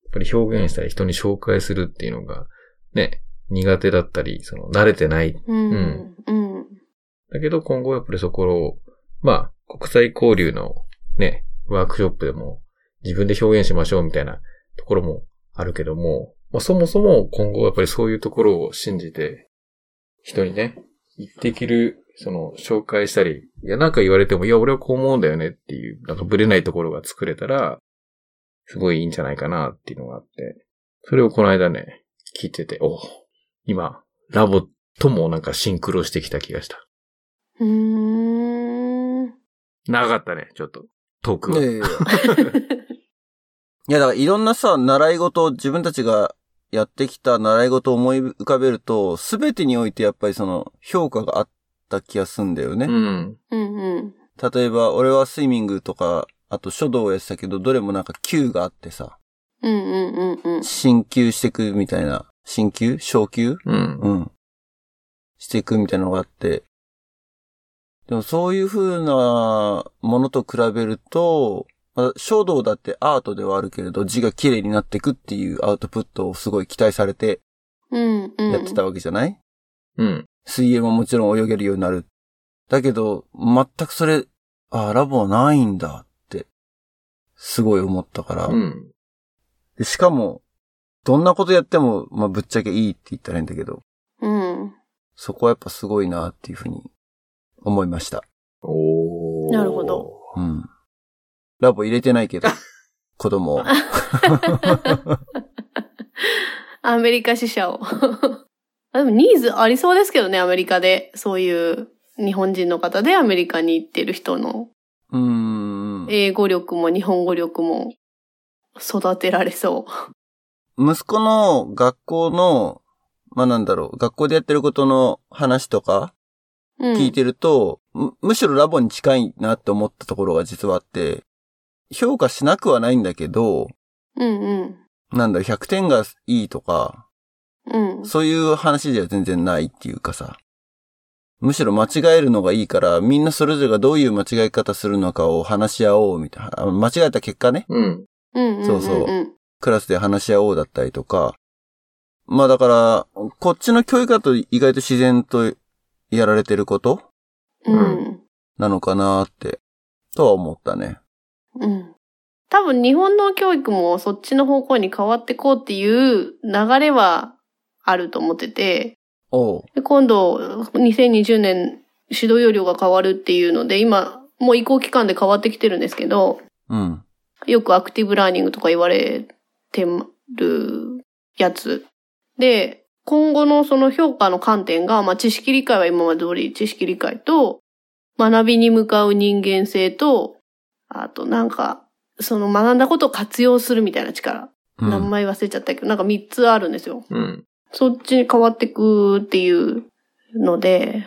S2: やっぱり表現したり人に紹介するっていうのが、ね、苦手だったり、その慣れてない。
S3: うん。うん。
S2: だけど今後はやっぱりそこを、まあ、国際交流のね、ワークショップでも自分で表現しましょうみたいなところもあるけども、まあ、そもそも今後はやっぱりそういうところを信じて、人にね、言ってきる、その、紹介したり、いや、なんか言われても、いや、俺はこう思うんだよねっていう、なんかブレないところが作れたら、すごいいいんじゃないかなっていうのがあって、それをこの間ね、聞いてて、お今、ラボともなんかシンクロしてきた気がした。
S3: うーん。
S2: 長かったね、ちょっと、トーク
S1: い
S2: が。
S1: やいやいや。いや、だからいろんなさ、習い事を、自分たちがやってきた習い事を思い浮かべると、すべてにおいてやっぱりその評価があった気がすんだよね。
S2: うん。
S3: うんうん。
S1: 例えば、俺はスイミングとか、あと書道をやってたけど、どれもなんか級があってさ、
S3: うんうんうんうん。
S1: 進級してくみたいな、進級昇級
S2: うん。
S1: うん。していくみたいなのがあって。でもそういう風なものと比べると、まあ書道だってアートではあるけれど字が綺麗になっていくっていうアウトプットをすごい期待されて
S3: うんうん。
S1: やってたわけじゃない、
S2: うん。
S1: 水泳ももちろん泳げるようになる。だけど、全くそれ、ああ、ラボはないんだって、すごい思ったから。
S2: うん。
S1: でしかも、どんなことやっても、まあ、ぶっちゃけいいって言ったらいいんだけど、
S3: うん。
S1: そこはやっぱすごいなっていうふうに思いました。
S2: おー
S3: なるほど。
S1: うん。ラボ入れてないけ ど、子供を。
S3: アメリカ支社を。あでもニーズありそうですけどね、アメリカで。そういう日本人の方でアメリカに行ってる人の
S1: うーん。
S3: 英語力も日本語力も育てられそ
S1: 息子の学校の、まあなんだろう、学校でやってることの話とか
S3: う。うん、
S1: 聞いてると、むむしろラボに近いなって思ったところが実はあって、評価しなくはないんだけど、
S3: うんうん。
S1: なんだろう、100点がいいとか、
S3: うん。
S1: そういう話では全然ないっていうかさ。むしろ間違えるのがいいから、みんなそれぞれがどういう間違い方するのかを話し合おうみたいな。あ間違えた結果ね、
S2: うん。
S3: うんうん。
S1: そうそう
S3: うん。
S1: クラスで話し合おうだったりとか。まあだから、こっちの教育だと意外と自然とやられてること
S3: うん。
S1: なのかなって、とは思ったね。
S3: うん。多分日本の教育もそっちの方向に変わってこうっていう流れはあると思ってて、
S1: おう。
S3: で今度2020年指導要領が変わるっていうので、今もう移行期間で変わってきてるんですけど、
S1: うん。
S3: よくアクティブラーニングとか言われてるやつ。で、今後のその評価の観点が、まあ知識理解は今まで通り知識理解と、学びに向かう人間性と、あとなんか、その学んだことを活用するみたいな
S1: う
S3: 力。
S1: ん
S3: 名前忘れちゃったけど、なんか3つあるんですよ。
S2: うん。
S3: そっちに変わってくっていうので、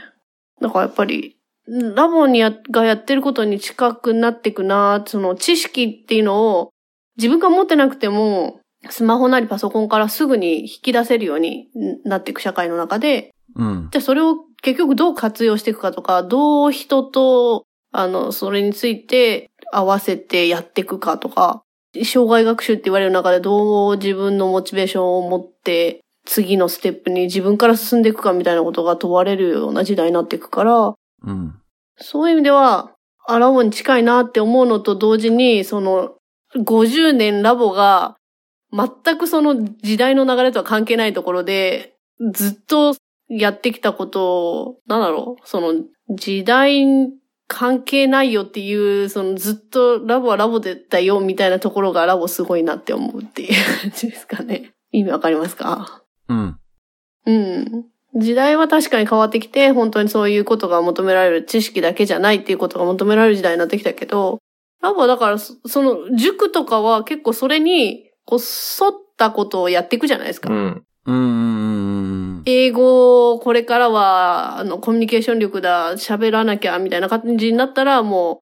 S3: だからやっぱりラボにや、がやってることに近くなってくな、その知識っていうのを自分が持ってなくても、スマホなりパソコンからすぐに引き出せるようになっていく社会の中で、
S1: うん。
S3: じゃあそれを結局どう活用していくかとか、どう人と、あの、それについて合わせてやっていくかとか、障害学習って言われる中でどう自分のモチベーションを持って、次のステップに自分から進んでいくかみたいなことが問われるような時代になっていくから、
S1: うん。
S3: そういう意味では、アラボに近いなって思うのと同時に、その、50年ラボが、全くその時代の流れとは関係ないところで、ずっとやってきたことを、なんだろう、その、時代関係ないよっていう、そのずっとラボはラボでだよみたいなところがラボすごいなって思うっていう感じですかね。意味わかりますか
S1: うん。
S3: うん。時代は確かに変わってきて、本当にそういうことが求められる、知識だけじゃないっていうことが求められる時代になってきたけど、ラボはだからそ、その塾とかは結構それに、こう、沿ったことをやっていくじゃないですか。
S2: うん。
S1: うん。うん。
S3: 英語、これからは、あの、コミュニケーション力だ、喋らなきゃ、みたいな感じになったら、もう、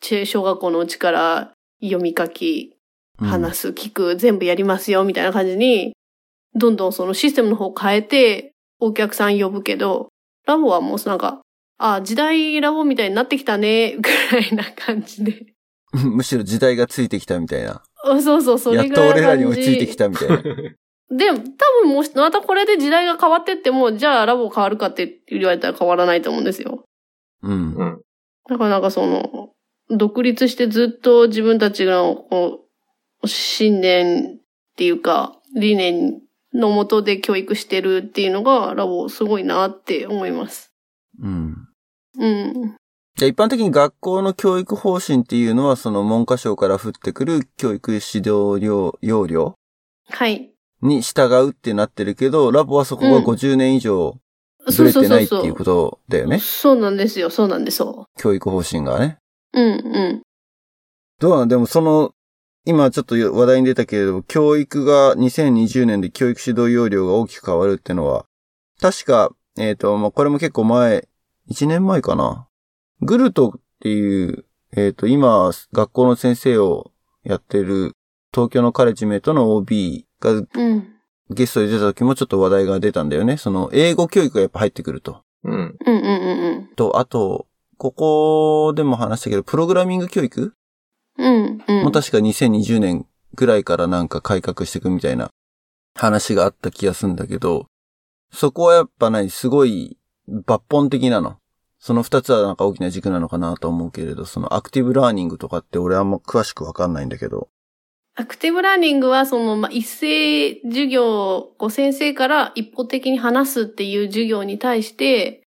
S3: ち小学校のうちから読み書き、
S1: うん。
S3: 話す、聞く、全部やりますよ、みたいな感じに、どんどんそのシステムの方を変えて、お客さん呼ぶけど、ラボはもうなんか、あ、時代ラボみたいになってきたね、 ぐらいな感じで。
S1: むしろ時代がついてきたみたいな。
S3: あそうそう、そ
S1: やっ
S3: れぐら
S1: と
S3: いな感
S1: 俺ら
S3: じ。
S1: に追いついてきたみたいな。
S3: で、多分もう、またこれで時代が変わってっても、じゃあラボ変わるかって言われたら変わらないと思うんですよ。
S1: うん。
S2: うん。
S3: なかなかその、独立してずっと自分たちの、こう、信念っていうか、理念のもとで教育してるっていうのが、ラボすごいなって思います。
S1: うん。
S3: うん。
S1: じゃあ一般的に学校の教育方針っていうのは、その文科省から降ってくる教育指導料要領
S3: はい。
S1: に従うってなってるけど、ラボはそこが
S3: うん
S1: 50年以上ず
S3: そう
S1: れ
S3: そう
S1: てな
S3: そう
S1: いって
S3: そ
S1: いうう。ことだよね。
S3: そうなんですよ。そうなんですよ。
S1: 教育方針がね。
S3: うんうん。
S1: どうなんでもその、今ちょっと話題に出たけれど、教育が2020年で教育指導要領が大きく変わるってのは、確か、えっ、と、まあ、これも結構前、1年前かな。グルトっていう、えっ、と、今、学校の先生をやってる東京のカレッジメイトの OB が
S3: うん。
S1: ゲストで出た時もちょっと話題が出たんだよね。その、英語教育がやっぱ入ってくると。
S2: うん。
S3: うんうんうん
S1: と、あと、ここでも話したけど、プログラミング教育
S3: うん。うんうん。
S1: もう確か2020年ぐらいからなんか改革していくみたいな話があった気がするんだけど、そこはやっぱ何すごい抜本的なの。その二つはなんか大きな軸なのかなと思うけれど、そのアクティブラーニングとかって俺あんま詳しくわかんないんだけど。
S3: アクティブラーニングは、その、まあ、一斉授業、こう先生から一方的に話すっていう授業に対して、
S1: うん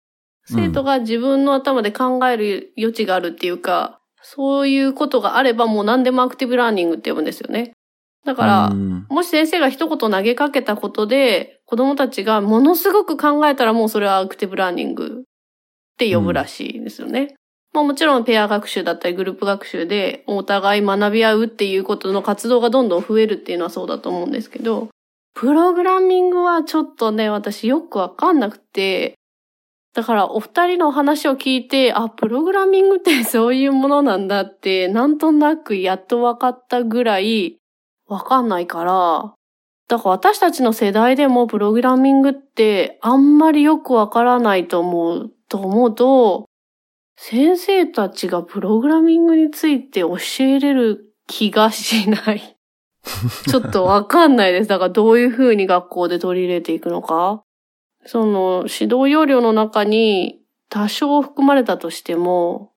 S3: 生徒が自分の頭で考える余地があるっていうか、そういうことがあればもう何でもアクティブラーニングって呼ぶんですよね。だから、
S1: うん
S3: もし先生が一言投げかけたことで、子供たちがものすごく考えたらもうそれはアクティブラーニングって呼ぶらしいですよね。まあもちろんペア学習だったりグループ学習でお互い学び合うっていうことの活動がどんどん増えるっていうのはそうだと思うんですけど、プログラミングはちょっとね、私よくわかんなくて、だからお二人の話を聞いて、あ、プログラミングってそういうものなんだって、なんとなくやっとわかったぐらい、わかんないから、だから私たちの世代でもプログラミングってあんまりよくわからないと思う、と思うと、先生たちがプログラミングについて教えれる気がしない。ちょっとわかんないです。だからどういうふうに学校で取り入れていくのか。その指導要領の中に多少含まれたとしても、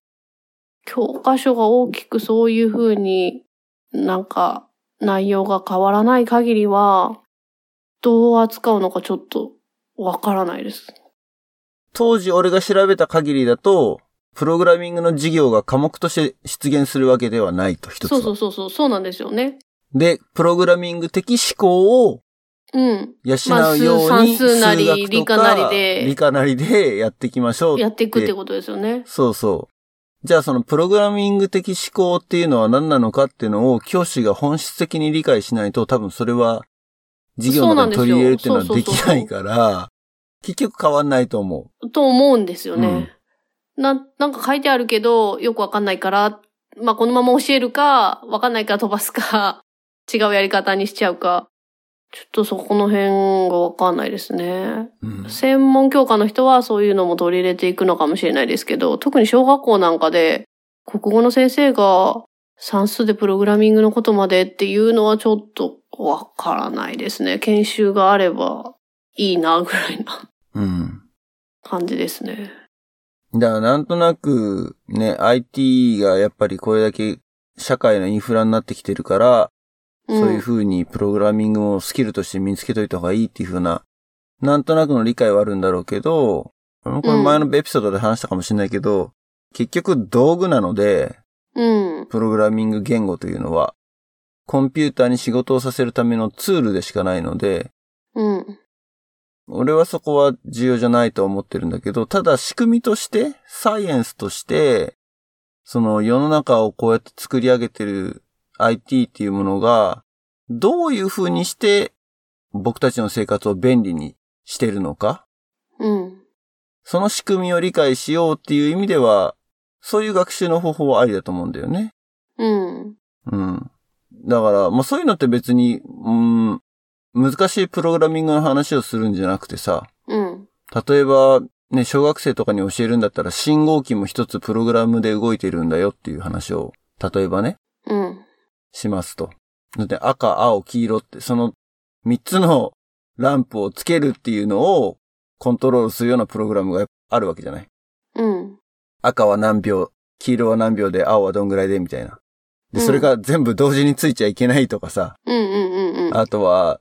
S3: 教科書が大きくそういうふうになんか内容が変わらない限りは、どう扱うのかちょっとわからないです。
S1: 当時俺が調べた限りだと、プログラミングの授業が科目として出現するわけではないと、一つ
S3: そうそう
S1: は。
S3: そうそう、そうなんですよね。
S1: で、プログラミング的思考を
S3: うん。
S1: 養
S3: まあ
S1: う
S3: 数
S1: ように、
S3: 算数なり
S1: 数学とか
S3: 理科なりで
S1: 理科なりでやっていきましょう
S3: やっていくってことですよね。
S1: そうそう。じゃあそのプログラミング的思考っていうのは何なのかっていうのを教師が本質的に理解しないと多分それは授業の中に取り入れるっていうのは
S3: そうなん
S1: でき
S3: ですよ
S1: ないから、結局変わんないと思
S3: と思うんです
S1: う。
S3: よね。な、なんか書いてあるけど、よくわかんないから、まあ、このまま教えるか、わかんないから飛ばすか、違うやり方にしちゃうか、ちょっとそこの辺がわかんないですね。
S1: うん
S3: 専門教科の人はそういうのも取り入れていくのかもしれないですけど、特に小学校なんかで、国語の先生が算数でプログラミングのことまでっていうのはちょっとわからないですね。研修があればいいなぐらいな
S1: うん。
S3: 感じですね。
S1: だからなんとなく、ね、IT がやっぱりこれだけ社会のインフラになってきてるから、
S3: ん
S1: そういう風にプログラミングをスキルとして身につけといた方がいいっていう風な、なんとなくの理解はあるんだろうけど、これ前のエピソードで話したかもしれないけど、結局道具なので、
S3: うん。
S1: プログラミング言語というのは、コンピューターに仕事をさせるためのツールでしかないので、
S3: うん。
S1: 俺はそこは重要じゃないと思ってるんだけど、ただ仕組みとして、サイエンスとして、その世の中をこうやって作り上げてる IT っていうものが、どういう風にして僕たちの生活を便利にしてるのか、
S3: うん。
S1: その仕組みを理解しようっていう意味では、そういう学習の方法はありだと思うんだよね。
S3: うん。
S1: うん。だから、まあ、そういうのって別に、うん、難しいプログラミングの話をするんじゃなくてさ、
S3: うん。
S1: 例えば、ね、小学生とかに教えるんだったら、信号機も一つプログラムで動いてるんだよっていう話を、例えばね、
S3: うん。
S1: しますと。だって赤、青、黄色って、その3つのランプをつけるっていうのをコントロールするようなプログラムがあるわけじゃない。
S3: うん。
S1: 赤は何秒、黄色は何秒で、青はどんぐらいで、みたいな。で、それが全部同時についちゃいけないとかさ、
S3: うん。うん。うん。
S1: あとは、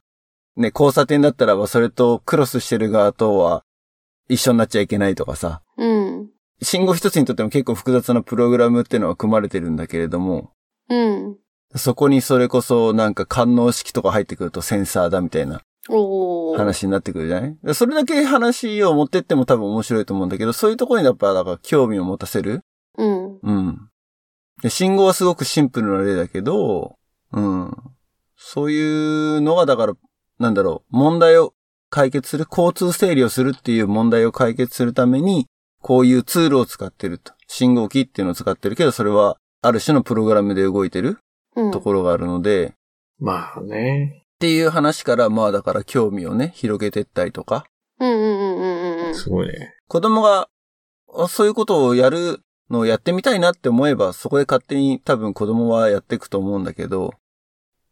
S1: ね、交差点だったらばそれとクロスしてる側とは一緒になっちゃいけないとかさ。
S3: うん。
S1: 信号一つにとっても結構複雑なプログラムっていうのは組まれてるんだけれども、
S3: うん。
S1: そこにそれこそなんか感能式とか入ってくるとセンサーだみたいな
S3: おー。
S1: 話になってくるじゃないそれだけ話を持ってっても多分面白いと思うんだけど、そういうところにやっぱだから興味を持たせる。
S3: うん。
S1: うん。で信号はすごくシンプルな例だけど、うん。そういうのが、だから、なんだろう、問題を解決する、交通整理をするっていう問題を解決するために、こういうツールを使ってると。信号機っていうのを使ってるけど、それは、ある種のプログラムで動いてる
S3: うん。
S1: ところがあるので、っ
S2: まあね。
S1: ていう話から、まあだから興味をね、広げてったりとか、
S3: うん。うん。うん。うん。うん。
S2: すごいね。
S1: 子供が、あそういうことをやるのをやってみたいなって思えば、そこで勝手に多分子供はやっていくと思うんだけど、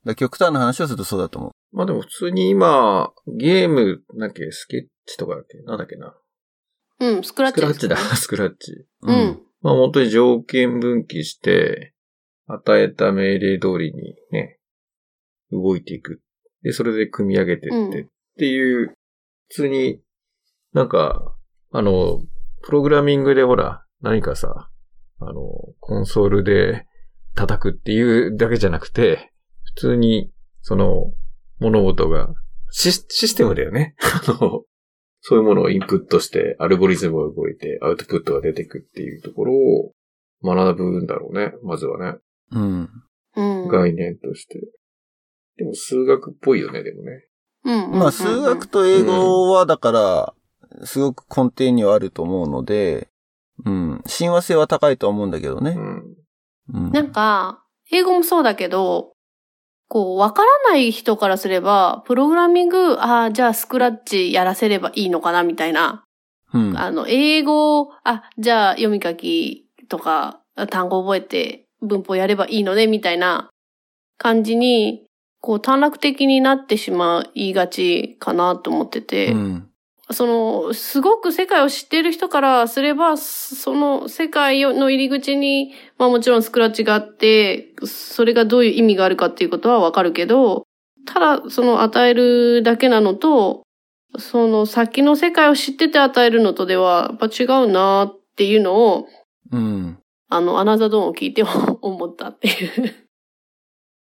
S1: だ極端な話をするとそうだと思う。
S2: まあでも普通に今、ゲーム、なんだっけ、スケッチとかだっけなんだっけな。
S3: うん。スクラッ
S2: スク
S3: チ
S2: ラッ
S3: で
S2: チ
S3: す
S2: だ
S3: か。、
S2: スクラッチ。
S3: うん。
S2: まあ本当に条件分岐して、与えた命令通りにね、動いていく。で、それで組み上げて
S3: う
S2: っ
S3: ん
S2: てっていう、普通に、なんか、あの、プログラミングでほら、何かさ、あの、コンソールで叩くっていうだけじゃなくて、普通に、その、物事がシス、システムだよね。 あの、そういうものをインプットして、アルゴリズムが動いて、アウトプットが出てくっていうところを学ぶんだろうね。まずはね。
S1: うん。
S3: うん。
S2: 概念として。でも数学っぽいよね、でもね。
S3: うん。
S1: まあ、数学と英語は、だから、すごく根底にはあると思うので、うん。親和性は高いとは思うんだけど
S2: う
S1: ね。
S2: ん。
S1: うん。
S3: なんか、英語もそうだけど、こう、わからない人からすれば、プログラミング、ああ、じゃあスクラッチやらせればいいのかな、みたいな。
S1: うん。
S3: あの、英語、あ、じゃあ読み書きとか、単語覚えて文法やればいいのね、みたいな感じに、こう、短絡的になってしまいがちかなと思ってて。
S1: うん。
S3: その、すごく世界を知っている人からすれば、そその世界の入り口に、まあもちろんスクラッチがあって、それがどういう意味があるかっていうことはわかるけど、ただその与えるだけなのと、その先の世界を知ってて与えるのとでは、やっぱ違うなっていうのを、
S1: うん。
S3: あの、アナザードーンを聞いて 思ったっていう。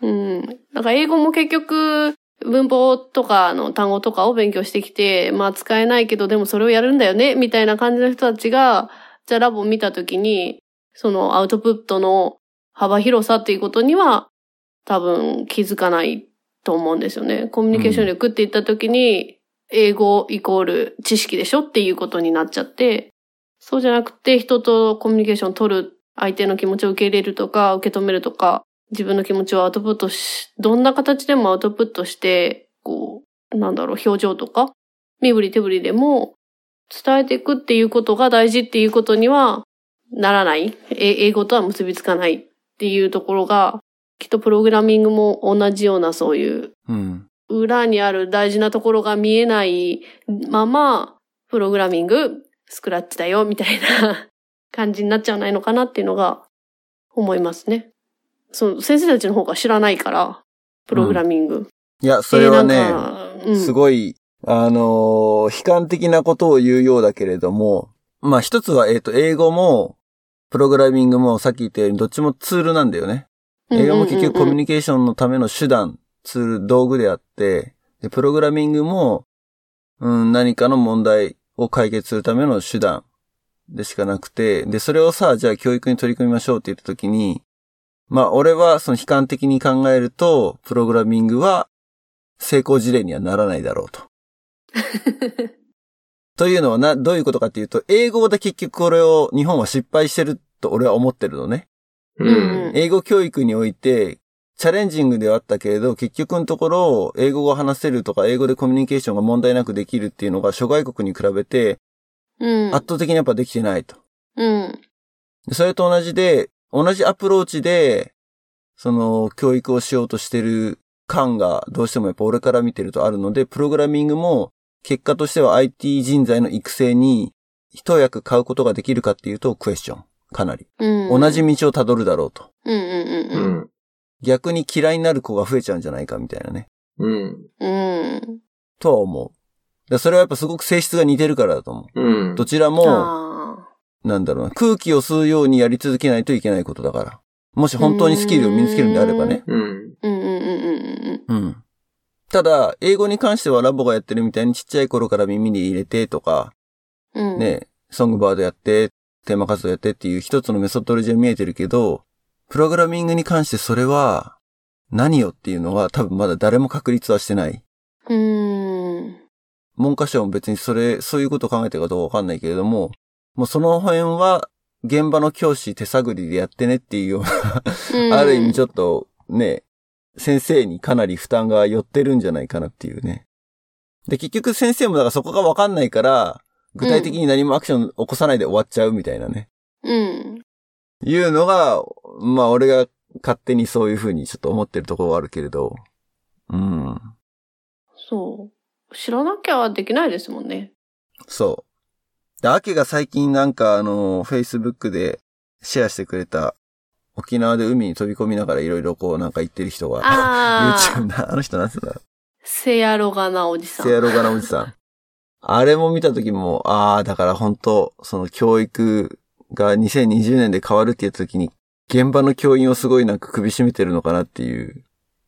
S3: うん。だから英語も結局、文法とかの単語とかを勉強してきて、まあ使えないけど、でもそれをやるんだよね、みたいな感じの人たちが、じゃあラボを見たときに、そのアウトプットの幅広さっていうことには、多分気づかないと思うんですよね。コミュニケーション力って言ったときに、英語イコール知識でしょっていうことになっちゃって、そうじゃなくて人とコミュニケーション取る、相手の気持ちを受け入れるとか、受け止めるとか、自分の気持ちをアウトプットし、どんな形でもアウトプットして、こう、なんだろう、表情とか、身振り手振りでも伝えていくっていうことが大事っていうことにはならない。え英語とは結びつかないっていうところが、きっとプログラミングも同じようなそういう
S1: うん。
S3: 裏にある大事なところが見えないまま、プログラミング、スクラッチだよ、みたいな 感じになっちゃわないのかなっていうのが思いますね。その先生たちの方が知らないから、プログラミング。
S1: いや、それは
S3: えー
S1: ね、
S3: なんかうん、
S1: すごい、あのー悲観的なことを言うようだけれども、まあ一つは、えっ、と、英語も、プログラミングもさっき言ったようにどっちもツールなんだよね。映画も結局コミュニケーションのための手段、ツール、道具であって、で、プログラミングも、うん、何かの問題を解決するための手段でしかなくて、で、それをさ、じゃあ教育に取り組みましょうって言った時に、まあ、俺はその悲観的に考えると、プログラミングは成功事例にはならないだろうと。というのはな、どういうことかっていうと、英語で結局これを日本は失敗してると俺は思ってるのね。
S2: う
S3: うん
S2: ん。
S1: 英語教育において、チャレンジングではあったけれど、結局のところ、英語が話せるとか、英語でコミュニケーションが問題なくできるっていうのが、諸外国に比べて、
S3: うん。
S1: 圧倒的にやっぱできてないと。
S3: うん。
S1: でそれと同じで、同じアプローチで、その、教育をしようとしてる感が、どうしてもやっぱ俺から見てるとあるので、プログラミングも、結果としては IT 人材の育成に、一役買うことができるかっていうと、クエスチョン。かなり。
S3: うん。
S1: 同じ道をたどるだろうと。
S3: うんうん
S2: う
S3: うん
S2: ん。
S1: 逆に嫌いになる子が増えちゃうんじゃないかみたいなね。
S2: うん。
S3: うん。
S1: とは思う。だからそれはやっぱすごく性質が似てるからだと思
S2: うん
S1: う。ど。ちら
S3: うん。
S1: も、
S3: あ
S1: なんだろうな、空気を吸うようにやり続けないといけないことだから。もし本当にスキルを身につけるんであればね。
S2: うん。
S3: ーうんうんうんうん
S1: うん。ただ、英語に関してはラボがやってるみたいにちっちゃい頃から耳に入れてとか、
S3: うんうん。。
S1: ね、ソングバードやって、テーマ活動やってっていう一つのメソッドロジーは見えてるけど、プログラミングに関してそれは何よっていうのは多分まだ誰も確立はしてない。
S3: うん。
S1: 文科省も別にそれ、そういうことを考えてるかどうかわかんないけれども、もうその辺は現場の教師手探りでやってねっていうような、ある意味ち
S3: ょっ
S1: ょっとね、先生にかなり負担が寄ってるんじゃないかなっていうね。で、結局先生もだからそこがわかんないから、具体的に何もアクション起こさないで終わっちゃうみたいなね。
S3: と。うん。
S1: いうのが、まあ俺が勝手にそういうふうにちょっと思ってるところはあるけれど、うん。
S3: そう。知らなきゃできないですもんね。
S1: そう。で、アキが最近なんかあの、Facebook でシェアしてくれた、沖縄で海に飛び込みながらいろいろこうなんか言ってる人が、
S3: あ
S1: YouTube
S3: あ。
S1: な、あの人なんつうんだ
S3: せやろがなおじさん。
S1: せやろがなおじさん。あれも見た時も、ああ、だから本当その教育が2020年で変わるって言った時に、現場の教員をすごいなんか首絞めてるのかなっていう、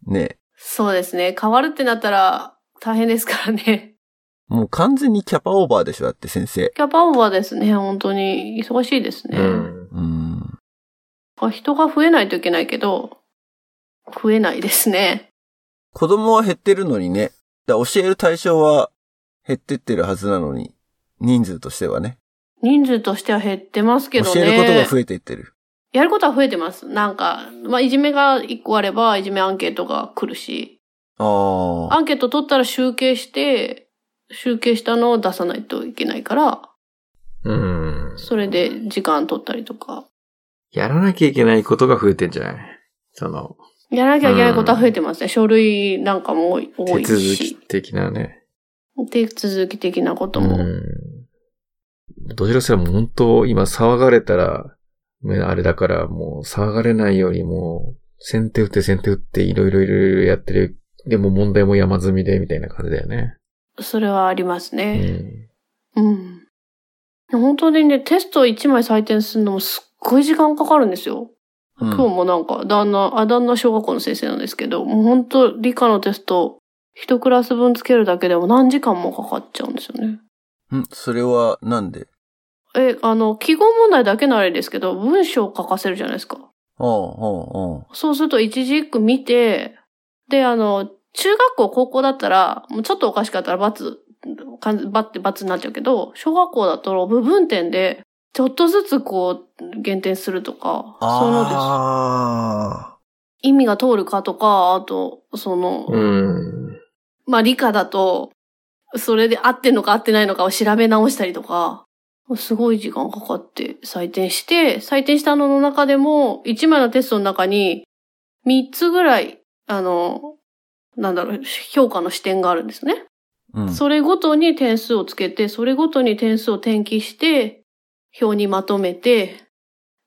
S1: ね。
S3: そうですね。変わるってなったら大変ですからね。
S1: もう完全にキャパオーバーでしょ、だって先生。
S3: キャパオーバーですね。本当に忙しいですね。
S2: うん。
S1: うん。
S3: あ人が増えないといけないけど、増えないですね。
S1: 子供は減ってるのにね。だから教える対象は減ってってるはずなのに、人数としてはね。
S3: 人数としては減ってますけどね。
S1: 教えることが増えていってる。
S3: やることは増えてます。なんか、まあ、いじめが一個あれば、いじめアンケートが来るし、
S1: ああ。
S3: アンケート取ったら集計して、集計したのを出さないといけないから、
S2: うん。
S3: それで時間取ったりとか。
S2: やらなきゃいけないことが増えてんじゃないその、
S3: やらなきゃいけないことは増えてますね。書類なんかも多い多
S2: 手
S3: い
S2: 続き
S3: し。
S2: 的なね。
S3: 手続き的なこと
S2: う
S3: も。
S2: ん。どちらせらもう本当、今騒がれたら、ねあれだから、もう騒がれないようにもう、先手打って先手打っていろいろいろいろやってる。でも問題も山積みで、みたいな感じだよね。
S3: それはあります
S2: う
S3: ね。
S2: ん。
S3: うん。本当にね、テスト1枚採点するのもすっごい時間かかるんです
S1: う
S3: よ。
S1: ん
S3: 今日もなんか、旦那、あ、旦那小学校の先生なんですけど、もう本当理科のテスト、一クラス分つけるだけでも何時間もかかっちゃうんですよね。
S1: うん、それはなんで
S3: え、あの、記号問題だけのあれですけど、文章を書かせるじゃないですか。
S1: ああ、あ
S3: そうすると一字一句見て、で、あの、中学校、高校だったら、もうちょっとおかしかったら罰、完全バッて罰になっちゃうけど、小学校だと部分点で、ちょっとずつこう、減点するとか、そういうのです。
S1: あ
S3: 意味が通るかとか、あと、その、
S2: うん。
S3: まあ理科だと、それで合ってんのか合ってないのかを調べ直したりとか、すごい時間かかって採点して、採点したのの中でも、1枚のテストの中に、3つぐらい、あの、なんだろう、評価の視点があるんですね。
S1: ーうん。
S3: それごとに点数をつけて、それごとに点数を転記して、表にまとめて、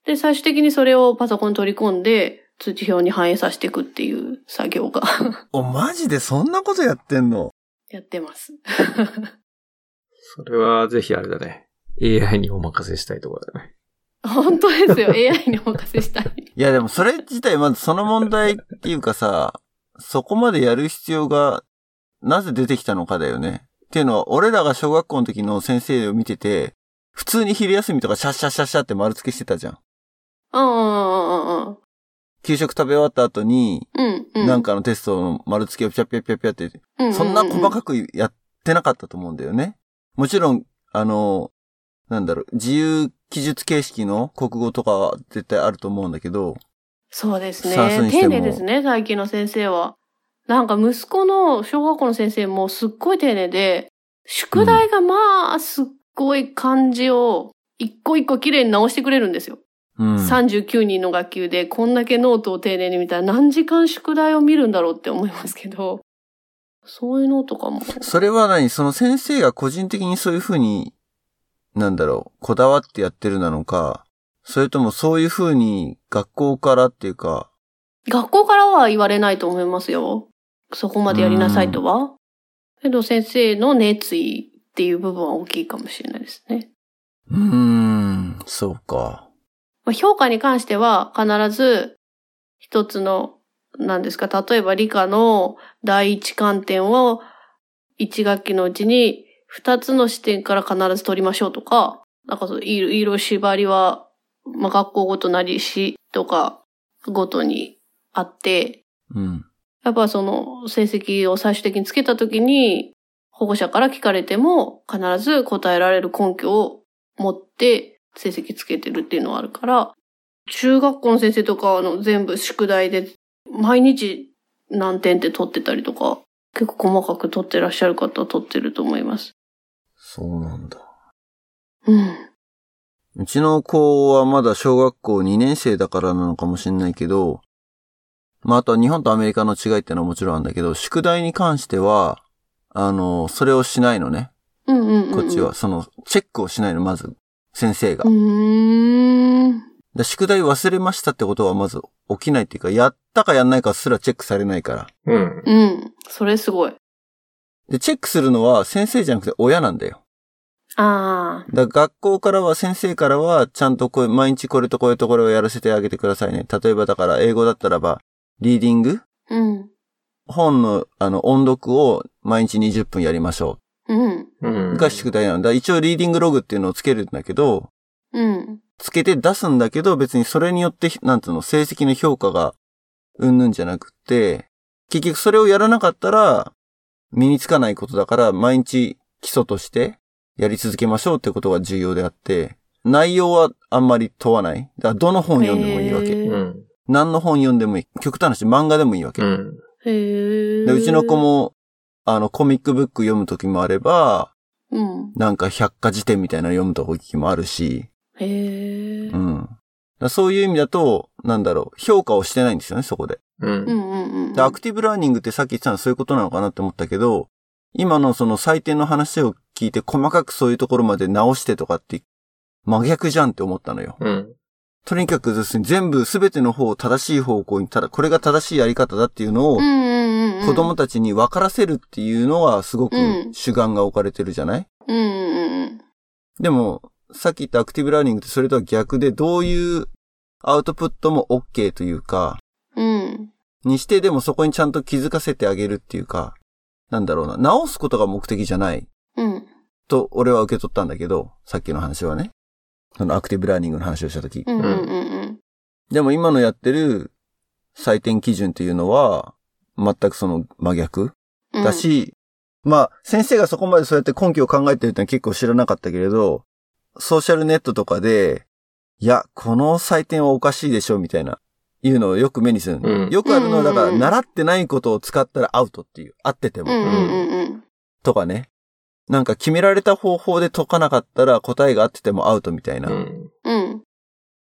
S3: で、最終的にそれをパソコンに取り込んで、通知表に反映させていくっていう作業が
S1: お、マジでそんなことやってんの
S3: やってます。
S2: それはぜひあれだね。AI にお任せしたいところだね。
S3: 本当ですよ。AI にお任せしたい。
S1: いや、でもそれ自体、まずその問題っていうかさ、そこまでやる必要が、なぜ出てきたのかだよね。っていうのは、俺らが小学校の時の先生を見てて、普通に昼休みとかシャッシャッシャッシャッって丸付けしてたじゃん。
S3: うんうんうん
S1: 給食食べ終わった後に、
S3: うんうん。うん。
S1: なんかのテストの丸付けをピャッピャッピャッピャッって
S3: ううう、
S1: そんな細かくやってなかったと思うんだよね。もちろん、あの、なんだろう、自由記述形式の国語とかは絶対あると思うんだけど、
S3: そうですね。
S1: 算数にして
S3: 丁
S1: も
S3: 寧ですね、最近の先生は。なんか息子の小学校の先生もすっごい丁寧で、宿題がまあ、すっごい漢字を一個一個綺麗に直してくれるんですよ。
S1: うん。
S3: 39人の学級でこんだけノートを丁寧に見たら何時間宿題を見るんだろうって思いますけど、そういうのとかも。
S1: それは何その先生が個人的にそういうふうに、なんだろう、こだわってやってるなのか、それともそういうふうに学校からっていうか、
S3: 学校からは言われないと思いますよ。そこまでやりなさいとは。けど先生の熱意っていう部分は大きいかもしれないですね。
S1: うーん、そうか。
S3: まあ、評価に関しては必ず一つの、何ですか、例えば理科の第一観点を一学期のうちに二つの視点から必ず取りましょうとか、なんかそう、色色縛りは、まあ、学校ごとなりしとかごとにあって、
S1: うん。
S3: やっぱその成績を最終的につけたときに、保護者から聞かれても必ず答えられる根拠を持って成績つけてるっていうのはあるから、中学校の先生とかはあの全部宿題で毎日何点って取ってたりとか、結構細かく取ってらっしゃる方は取ってると思います。
S1: そうなんだ。
S3: うん。
S1: うちの子はまだ小学校2年生だからなのかもしれないけど、まあ、あとは日本とアメリカの違いってのはもちろんあるんだけど、宿題に関しては、あの、それをしないのね。
S3: うんうんうん。
S1: こっちは。。その、チェックをしないの、まず、先生が
S3: う。ーん。
S1: で宿題忘れましたってことはまず起きないっていうか、やったかやんないかすらチェックされないから。
S2: うん。
S3: うん。それすごい。
S1: で、チェックするのは先生じゃなくて親なんだよ。
S3: ああ。
S1: だから学校からは先生からはちゃんとこう毎日これとこれとこれをやらせてあげてくださいね。例えばだから英語だったらば、リーディング
S3: うん。
S1: 本のあの音読を毎日20分やりましょ
S3: うん。
S2: う
S1: う。
S2: ん。
S1: が宿題なんだ。一応リーディングログっていうのをつけるんだけど、
S3: うん。
S1: つけて出すんだけど別にそれによって、なんつうの、成績の評価がうんぬんじゃなくって、結局それをやらなかったら身につかないことだから毎日基礎としてやり続けましょうってことが重要であって、内容はあんまり問わない。だからどの本読んでもいいわ
S3: へ
S1: け。
S3: ー
S2: うん。
S1: 何の本読んでもいい。極端な話、漫画でもいいわけ
S2: う。ん。
S3: へえ。
S1: でうちの子。も、あの、コミックブック読むときもあれば、
S3: うん。
S1: なんか百科事典みたいなの読むときもあるし、
S3: へえ。
S1: うん。だからそういう意味だと、なんだろう、評価をしてないんですよね、そこで。
S2: うん
S3: う。んうんうん。
S1: で、アクティブラーニングってさっき言ってたのはそういうことなのかなって思ったけど、今のその採点の話を聞いて細かくそういうところまで直してとかって、真逆じゃんって思ったのよ。
S2: うん。
S1: とにかくですね、全部すべての方を正しい方向に、ただこれが正しいやり方だっていうのを
S3: うんうんうんうん。
S1: 子供たちに分からせるっていうのはすごく
S3: うん
S1: 主眼が置かれてるじゃない
S3: うんうんうん
S1: でも、さっき言ったアクティブラーニングってそれとは逆で、どういうアウトプットも OK というか、
S3: うん。うん。
S1: にしてでもそこにちゃんと気づかせてあげるっていうか、なんだろうな、直すことが目的じゃない
S3: うん。
S1: と俺は受け取ったんだけど、さっきの話はね。そのアクティブラーニングの話をした時
S3: うんうんうん
S1: でも今のやってる採点基準っていうのは、全くその真逆
S3: うん。
S1: だし、まあ、先生がそこまでそうやって根拠を考えてるってのは結構知らなかったけれど、ソーシャルネットとかで、いや、この採点はおかしいでしょ、みたいな、いうのをよく目にするの、
S2: うん
S1: よくあるのは、だか
S3: う
S1: ら、
S3: んうんうん
S1: 習ってないことを使ったらアウトっていう、合ってて
S3: う
S1: も、
S3: んうんうんうん。
S1: とかね。なんか決められた方法で解かなかったら答えが合っててもアウトみたいな、
S2: うん。
S3: うん。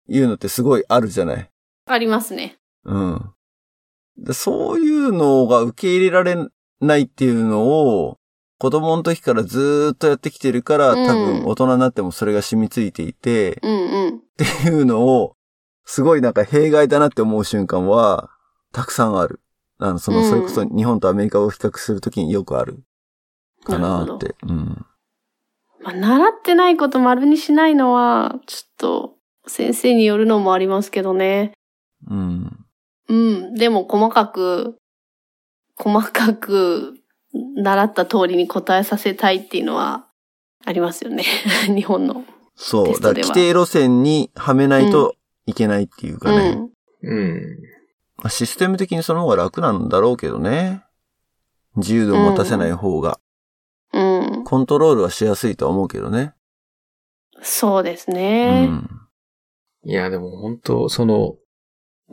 S1: いうのってすごいあるじゃない。
S3: ありますね。
S1: うん。でそういうのが受け入れられないっていうのを、子供の時からずーっとやってきてるから、
S3: うん
S1: 多分大人になってもそれが染みついていて、
S3: うんうん。
S1: っていうのを、すごいなんか弊害だなって思う瞬間は、たくさんある。あの、その、
S3: うん
S1: それこそ日本とアメリカを比較するときによくある。かなーって。うん。
S3: まあ、習ってないこと丸にしないのは、ちょっと、先生によるのもありますけどね。
S1: うん。
S3: うん。でも、細かく、細かく、習った通りに答えさせたいっていうのは、ありますよね。 日本の。
S1: そ
S3: テ
S1: う。
S3: ス
S1: だか
S3: トで
S1: ら規定
S3: は
S1: 路線にはめないといけないっていうかね。
S3: うん。
S2: うん。
S1: まあシステム的にその方が楽なんだろうけどね。自由度を持たせない方が、
S3: うん。
S1: コントロールはしやすいとは思うけどね。
S3: そうです
S1: う
S3: ね。
S1: ん。
S2: いや、でも本当その、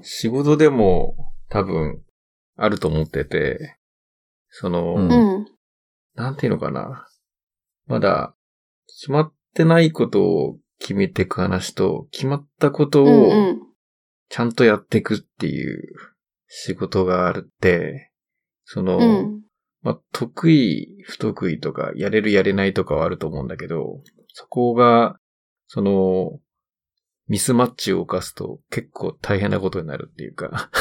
S2: 仕事でも多分あると思ってて、その、
S1: うん
S3: うん。
S2: なんていうのかな。まだ、決まってないことを決めていく話と、決まったこと
S3: う
S2: を
S3: ん。
S2: ちゃんとやっていくっていう仕事があるって、その、
S3: うん。
S2: まあ、得意、不得意とか、やれるやれないとかはあると思うんだけど、そこが、その、ミスマッチを犯すと結構大変なことになるってい うか。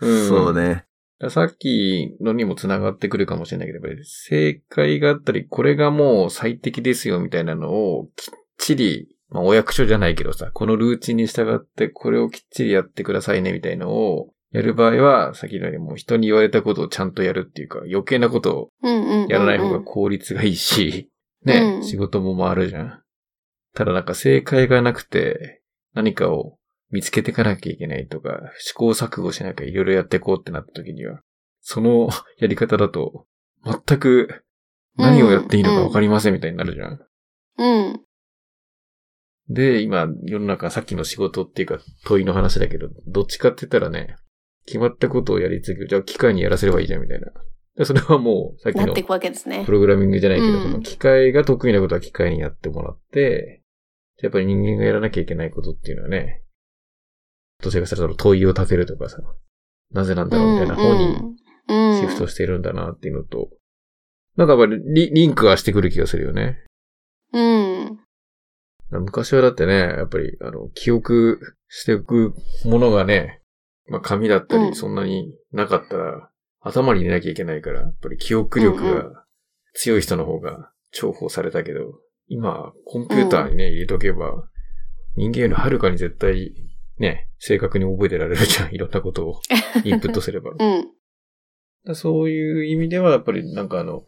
S1: そうね。
S2: だからさっきのにも繋がってくるかもしれないけど、やっぱり正解があったり、これがもう最適ですよみたいなのをきっちり、まあお役所じゃないけどさ、このルーチンに従ってこれをきっちりやってくださいねみたいのをやる場合は、さっきのようにもう人に言われたことをちゃんとやるっていうか、余計なことを
S3: うんうん。
S2: やらない方が効率がいいし、ね、
S3: うん
S2: 仕事も回るじゃん。ただなんか正解がなくて、何かを見つけていかなきゃいけないとか、試行錯誤しなきゃいろいろやっていこうってなった時には、その やり方だと、全く何をやっていいのかわかりませんみたいになるじゃん。
S3: うん。
S2: で、今、世の中さっきの仕事っていうか、問いの話だけど、どっちかって言ったらね、決まったことをやり続ける。じゃあ機械にやらせればいいじゃんみたいな。でそれはもう、さっき
S3: なっ
S2: の
S3: ていくわけですね
S2: プ。ログラミングじゃないけど、
S3: うん
S2: その機械が得意なことは機械にやってもらって、やっぱり人間がやらなきゃいけないことっていうのはね、どちらかしたらその問いを立てるとかさ、なぜなんだろうみたいな方に
S3: に
S2: シフトしてるんだなっていうのと、なんかやっぱりリリンクはしてくる気がするよね。
S3: うん。
S2: 昔はだってね、やっぱりあの、記憶していくものがね、まあ紙だった
S3: う
S2: り
S3: ん
S2: そんなになかったら、頭に入れなきゃいけないから、やっぱり記憶力が強い人の方が重宝されたけど、今、コンピューターにね、入れとけば、人間よりはるかに絶対、ね、正確に覚えてられるじゃん。いろんなこと をインプットすれば。
S3: うん。
S2: だそういう意味では、やっぱりなんかあの、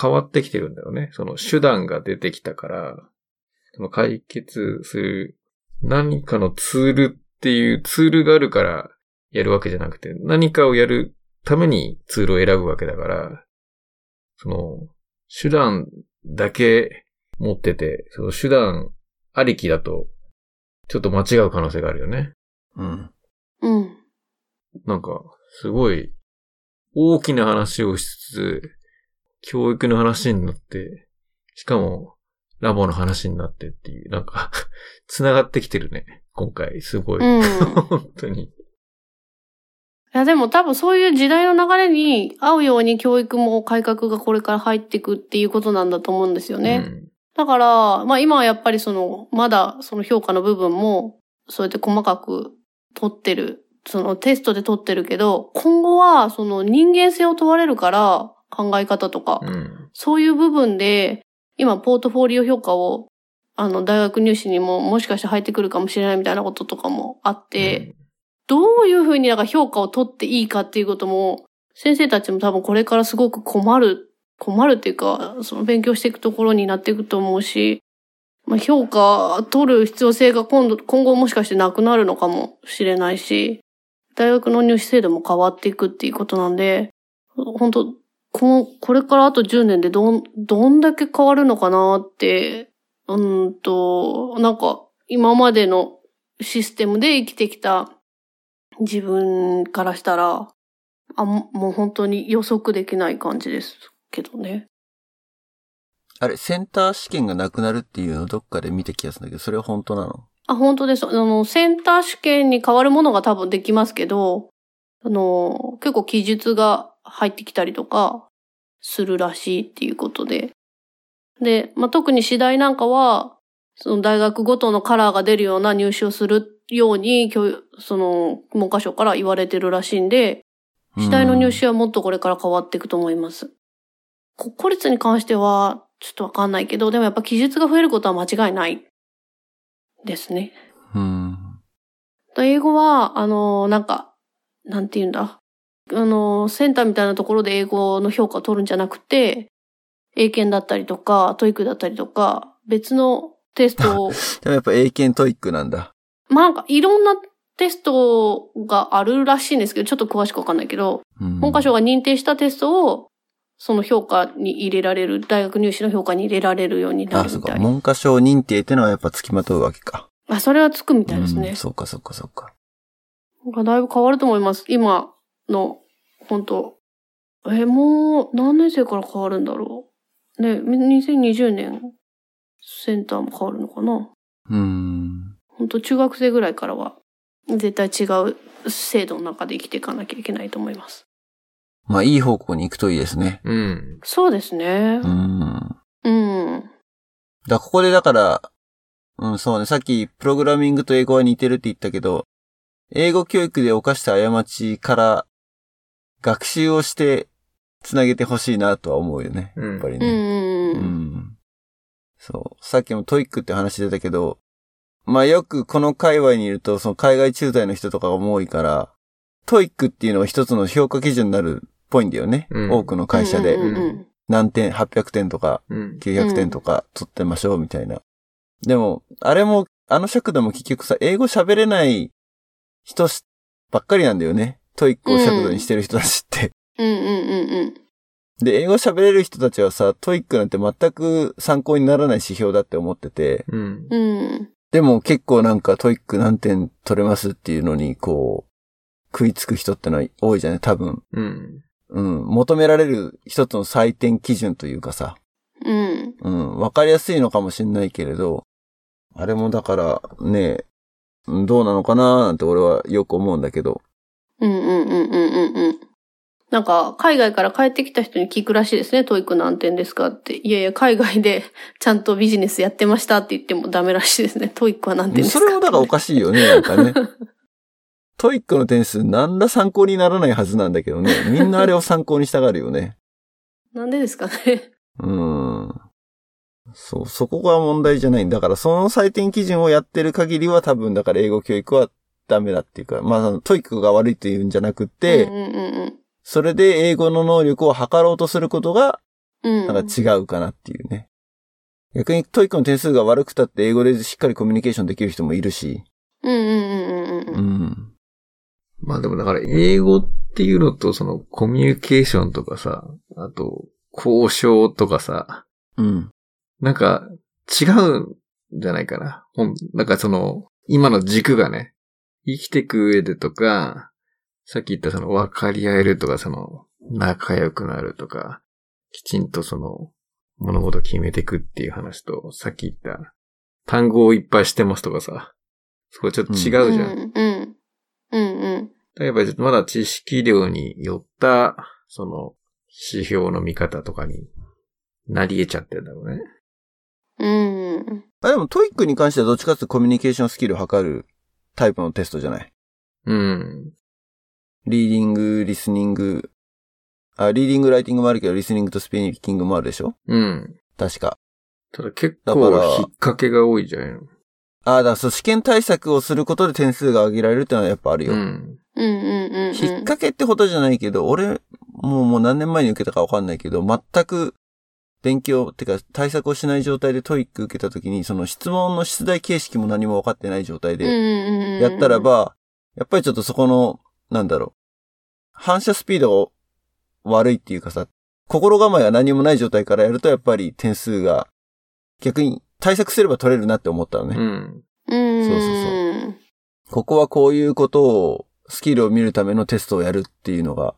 S2: 変わってきてるんだよね。その手段が出てきたから、その解決する何かのツールっていうツールがあるからやるわけじゃなくて、何かをやるためにツールを選ぶわけだから、その、手段だけ持ってて、その手段ありきだと、ちょっと間違う可能性があるよね。
S1: うん。
S3: うん。
S2: なんか、すごい、大きな話をしつつ、教育の話になって、しかも、ラボの話になってっていう、なんか、 繋がってきてるね。今回、すごい。
S3: うん
S2: 本当に。
S3: いやでも多分そういう時代の流れに合うように教育も改革がこれから入っていくっていうことなんだと思うんですよね。だから、まあ今はやっぱりその、まだその評価の部分も、そうやって細かく取ってる。そのテストで取ってるけど、今後はその人間性を問われるから、考え方とか
S2: う、ん。うん。
S3: そういう部分で、今ポートフォリオ評価を、あの大学入試にももしかして入ってくるかもしれないみたいなこととかもあって、どういうふうになんか評価を取っていいかっていうことも、先生たちも多分これからすごく困る、困るっていうか、その勉強していくところになっていくと思うし、まあ、評価取る必要性が今度、今後もしかしてなくなるのかもしれないし、大学の入試制度も変わっていくっていうことなんで、本当こん、これからあと10年でどん、どんだけ変わるのかなって、うーんと、なんか、今までのシステムで生きてきた自分からしたら、あ、ももう本当に予測できない感じですけどね。
S1: あれ、センター試験がなくなるっていうのどっかで見た気がするんだけど、それは本当なの
S3: あ、本当です。あの、センター試験に変わるものが多分できますけど、あの、結構記述が入ってきたりとかするらしいっていうことで。で、まあ、特に次第なんかは、その大学ごとのカラーが出るような入試をするように、教育その、文科省から言われてるらしいんで、次第の入試はもっとこれから変わっていくと思います。国公立に関しては、ちょっとわかんないけど、でもやっぱ記述が増えることは間違いないですね。
S1: うん。
S3: と英語は、あの、なんか、なんて言うんだ。あの、センターみたいなところで英語の評価を取るんじゃなくて、英検だったりとか、トイックだったりとか、別のテストを、
S1: でもやっぱ英検トイックなんだ。
S3: まあなんかいろんなテストがあるらしいんですけど、ちょっと詳しくわかんないけど、文
S1: 文
S3: 科省が認定したテストを、その評価に入れられる、大学入試の評価に入れられるようにな
S1: あ、
S3: る
S1: そう
S3: みた
S1: か。
S3: い。
S1: 文科省認定ってのはやっぱ付きまとうわけか。
S3: あ、それはつくみたいですね
S1: うん。そうか、そうか、そうか。
S3: がだいぶ変わると思います。今の、本当え、もう何年生から変わるんだろう。ね、2020年、センターも変わるのかな。
S1: うん。
S3: 本当中学生ぐらいからは、絶対違う制度の中で生きていかなきゃいけないと思います。
S1: まあ、いい方向に行くといいですね。
S2: うん。
S3: そうですね
S1: う。ん。
S3: うん。
S1: だ、ここでだから、うん、そうね、さっき、プログラミングと英語は似てるって言ったけど、英語教育で犯した過ちから、学習をして、つなげてほしいなとは思うよね。
S2: うん
S1: やっぱり
S3: うん。う
S1: ね。
S3: ん
S1: う
S3: うん。
S1: んそう。さっきもトイックって話出たけど、まあよくこの界隈にいると、その海外駐在の人とかが多いから、トイックっていうのが一つの評価基準になるっぽいんだよね。
S2: うん
S1: 多くの会社
S3: うん
S1: で。
S3: うんうん
S1: 何点、800点とか、
S2: うん。
S1: 900点とか取ってましょうみたいな。でも、あれも、あの尺度も結局さ、英語喋れない人しばっかりなんだよね。トイックを尺度にしてる人たちって。
S3: うんうんうん
S1: で、英語喋れる人たちはさ、トイックなんて全く参考にならない指標だって思ってて、
S2: うん。
S3: うん。うん。
S1: でも結構なんかトイック何点取れますっていうのに、こう、食いつく人ってのは多いじゃない多分。
S2: うん。
S1: うん。求められる一つの採点基準というかさ、
S3: うん。
S1: うん。わかりやすいのかもしんないけれど、あれもだから、ね、うんどうなのかなーなんて俺はよく思うんだけど。
S3: うんうんうんうんうんうん。なんか、海外から帰ってきた人に聞くらしいですね。トイック何点ですかって。いやいや、海外でちゃんとビジネスやってましたって言ってもダメらしいですね。トイックは何点ですか
S1: それもだからおか
S3: し
S1: しいよね、なん かね。トイックの点数何ら参考にならないはずなんだけどね。みんなあれを参考にしたがるよね。
S3: い。なんでですかね。
S1: うん。そう、そこが問題じゃない。だからその採点基準をやってる限りは多分だから英語教育はダメだっていうか、まあそのトイックが悪いっていうんじゃなくて、
S3: うんうん
S1: それで英語の能力を測ろうとすることが
S3: うんうん。
S1: なんか違うかなっていうね。逆にトイックの点数が悪くたって英語でしっかりコミュニケーションできる人もいるし。
S3: うんうんうんう
S1: う
S3: んうん。
S1: ん。
S2: まあでもだから英語っていうのとそのコミュニケーションとかさ、あと交渉とかさ、
S1: うん。
S2: なんか違うんじゃないかな。ほん、なんかその今の軸がね、生きてく上でとか、さっき言ったその分かり合えるとかその仲良くなるとか、きちんとその物事を決めていくっていう話と、さっき言った単語をいっぱいしてますとかさ、そこちょっと違うじゃん
S3: うんうん。うんうん。
S2: 例えば、まだ知識量によった、その、指標の見方とかになり得ちゃってるんだろうね。
S3: うん。
S1: あ、でもトイックに関してはどっちかっていうとコミュニケーションスキルを測るタイプのテストじゃない
S2: うん。
S1: リーディング、リスニング、あ、リーディング、ライティングもあるけど、リスニングとスピーキングもあるでしょ
S2: うん。
S1: 確か。
S2: ただ結
S1: だから
S2: 構引っ掛けが多いじゃないの。
S1: あだからそう、試験対策をすることで点数が上げられるってのはやっぱあるよ。
S2: うん。
S3: うんうんうんう
S1: 引っ
S3: ん。
S1: 掛けってほどじゃないけど、俺、もうもう何年前に受けたかわかんないけど、全く勉強、てか対策をしない状態でトイック受けた時に、その質問の出題形式も何も分かってない状態
S3: うん
S1: で、
S3: うんうんうん。
S1: やったらば、やっぱりちょっとそこの、なんだろう、反射スピードが悪いっていうかさ、心構えが何もない状態からやると、やっぱり点数が、逆に対策すれば取れるなって思ったのね。
S2: うん。
S3: うん。
S1: そうそうここはこういうことを、スキルを見るためのテストをやるっていうのが、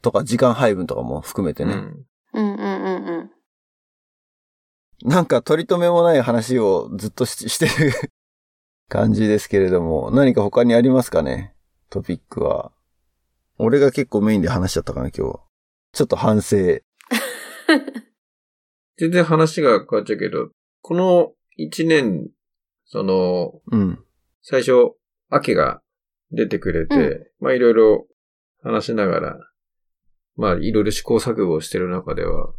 S1: とか、時間配分とかも含めて
S2: う
S1: ね。
S2: ん。
S3: そう。うんうんうんうん。
S1: なんか取り留めもない話をずっとししてる感じですけれども、何か他にありますかねトピックは。俺が結構メインで話しちゃったかな、今日。ちょっと反省。
S2: 全然話が変わっちゃうけど、この一年、その、
S1: うん。
S2: 最初、秋が出てくれて、
S3: う
S2: まあいろいろ話しながら、まあいろいろ試行錯誤してる中では、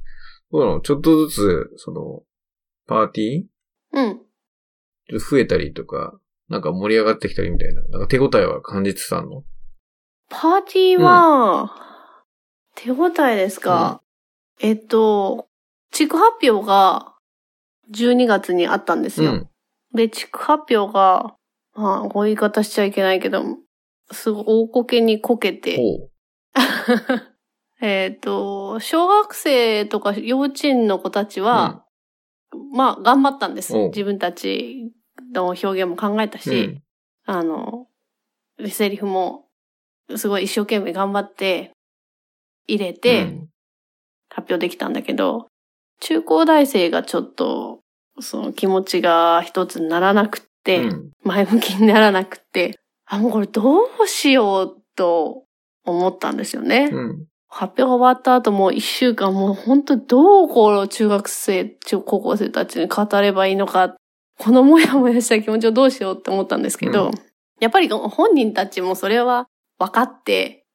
S2: どうなのちょっとずつ、その、パーティー
S3: うん。
S2: ちょっと増えたりとか、なんか盛り上がってきたりみたいな、なんか手応えは感じてたの
S3: パーティーは、手応えですか、えっと、地区発表が12月にあったんですよ。
S2: うん
S3: で、地区発表が、まあ、こういう言い方しちゃいけないけど、すごい大こけにこけて、
S2: ほう。
S3: えっと、小学生とか幼稚園の子たちは、まあ、頑張ったんです。
S2: おう
S3: 自分たちの表現も考えたし、
S2: うん、
S3: あの、セリフも、すごい一生懸命頑張って、入れ
S2: う
S3: て
S2: ん
S3: 発表できたんだけど、中高大生がちょっと、その気持ちが一つにならなくって、
S2: うん
S3: 前向きにならなくって、あ、もうこれどうしようと思ったんですよね。
S2: うん。
S3: 発表が終わった後もう一週間もう本当どうこう中学生、中高校生たちに語ればいいのか、このモヤモヤした気持ちをどうしようって思ったんですけど、
S2: うん
S3: やっぱり本人たちもそれは分かって、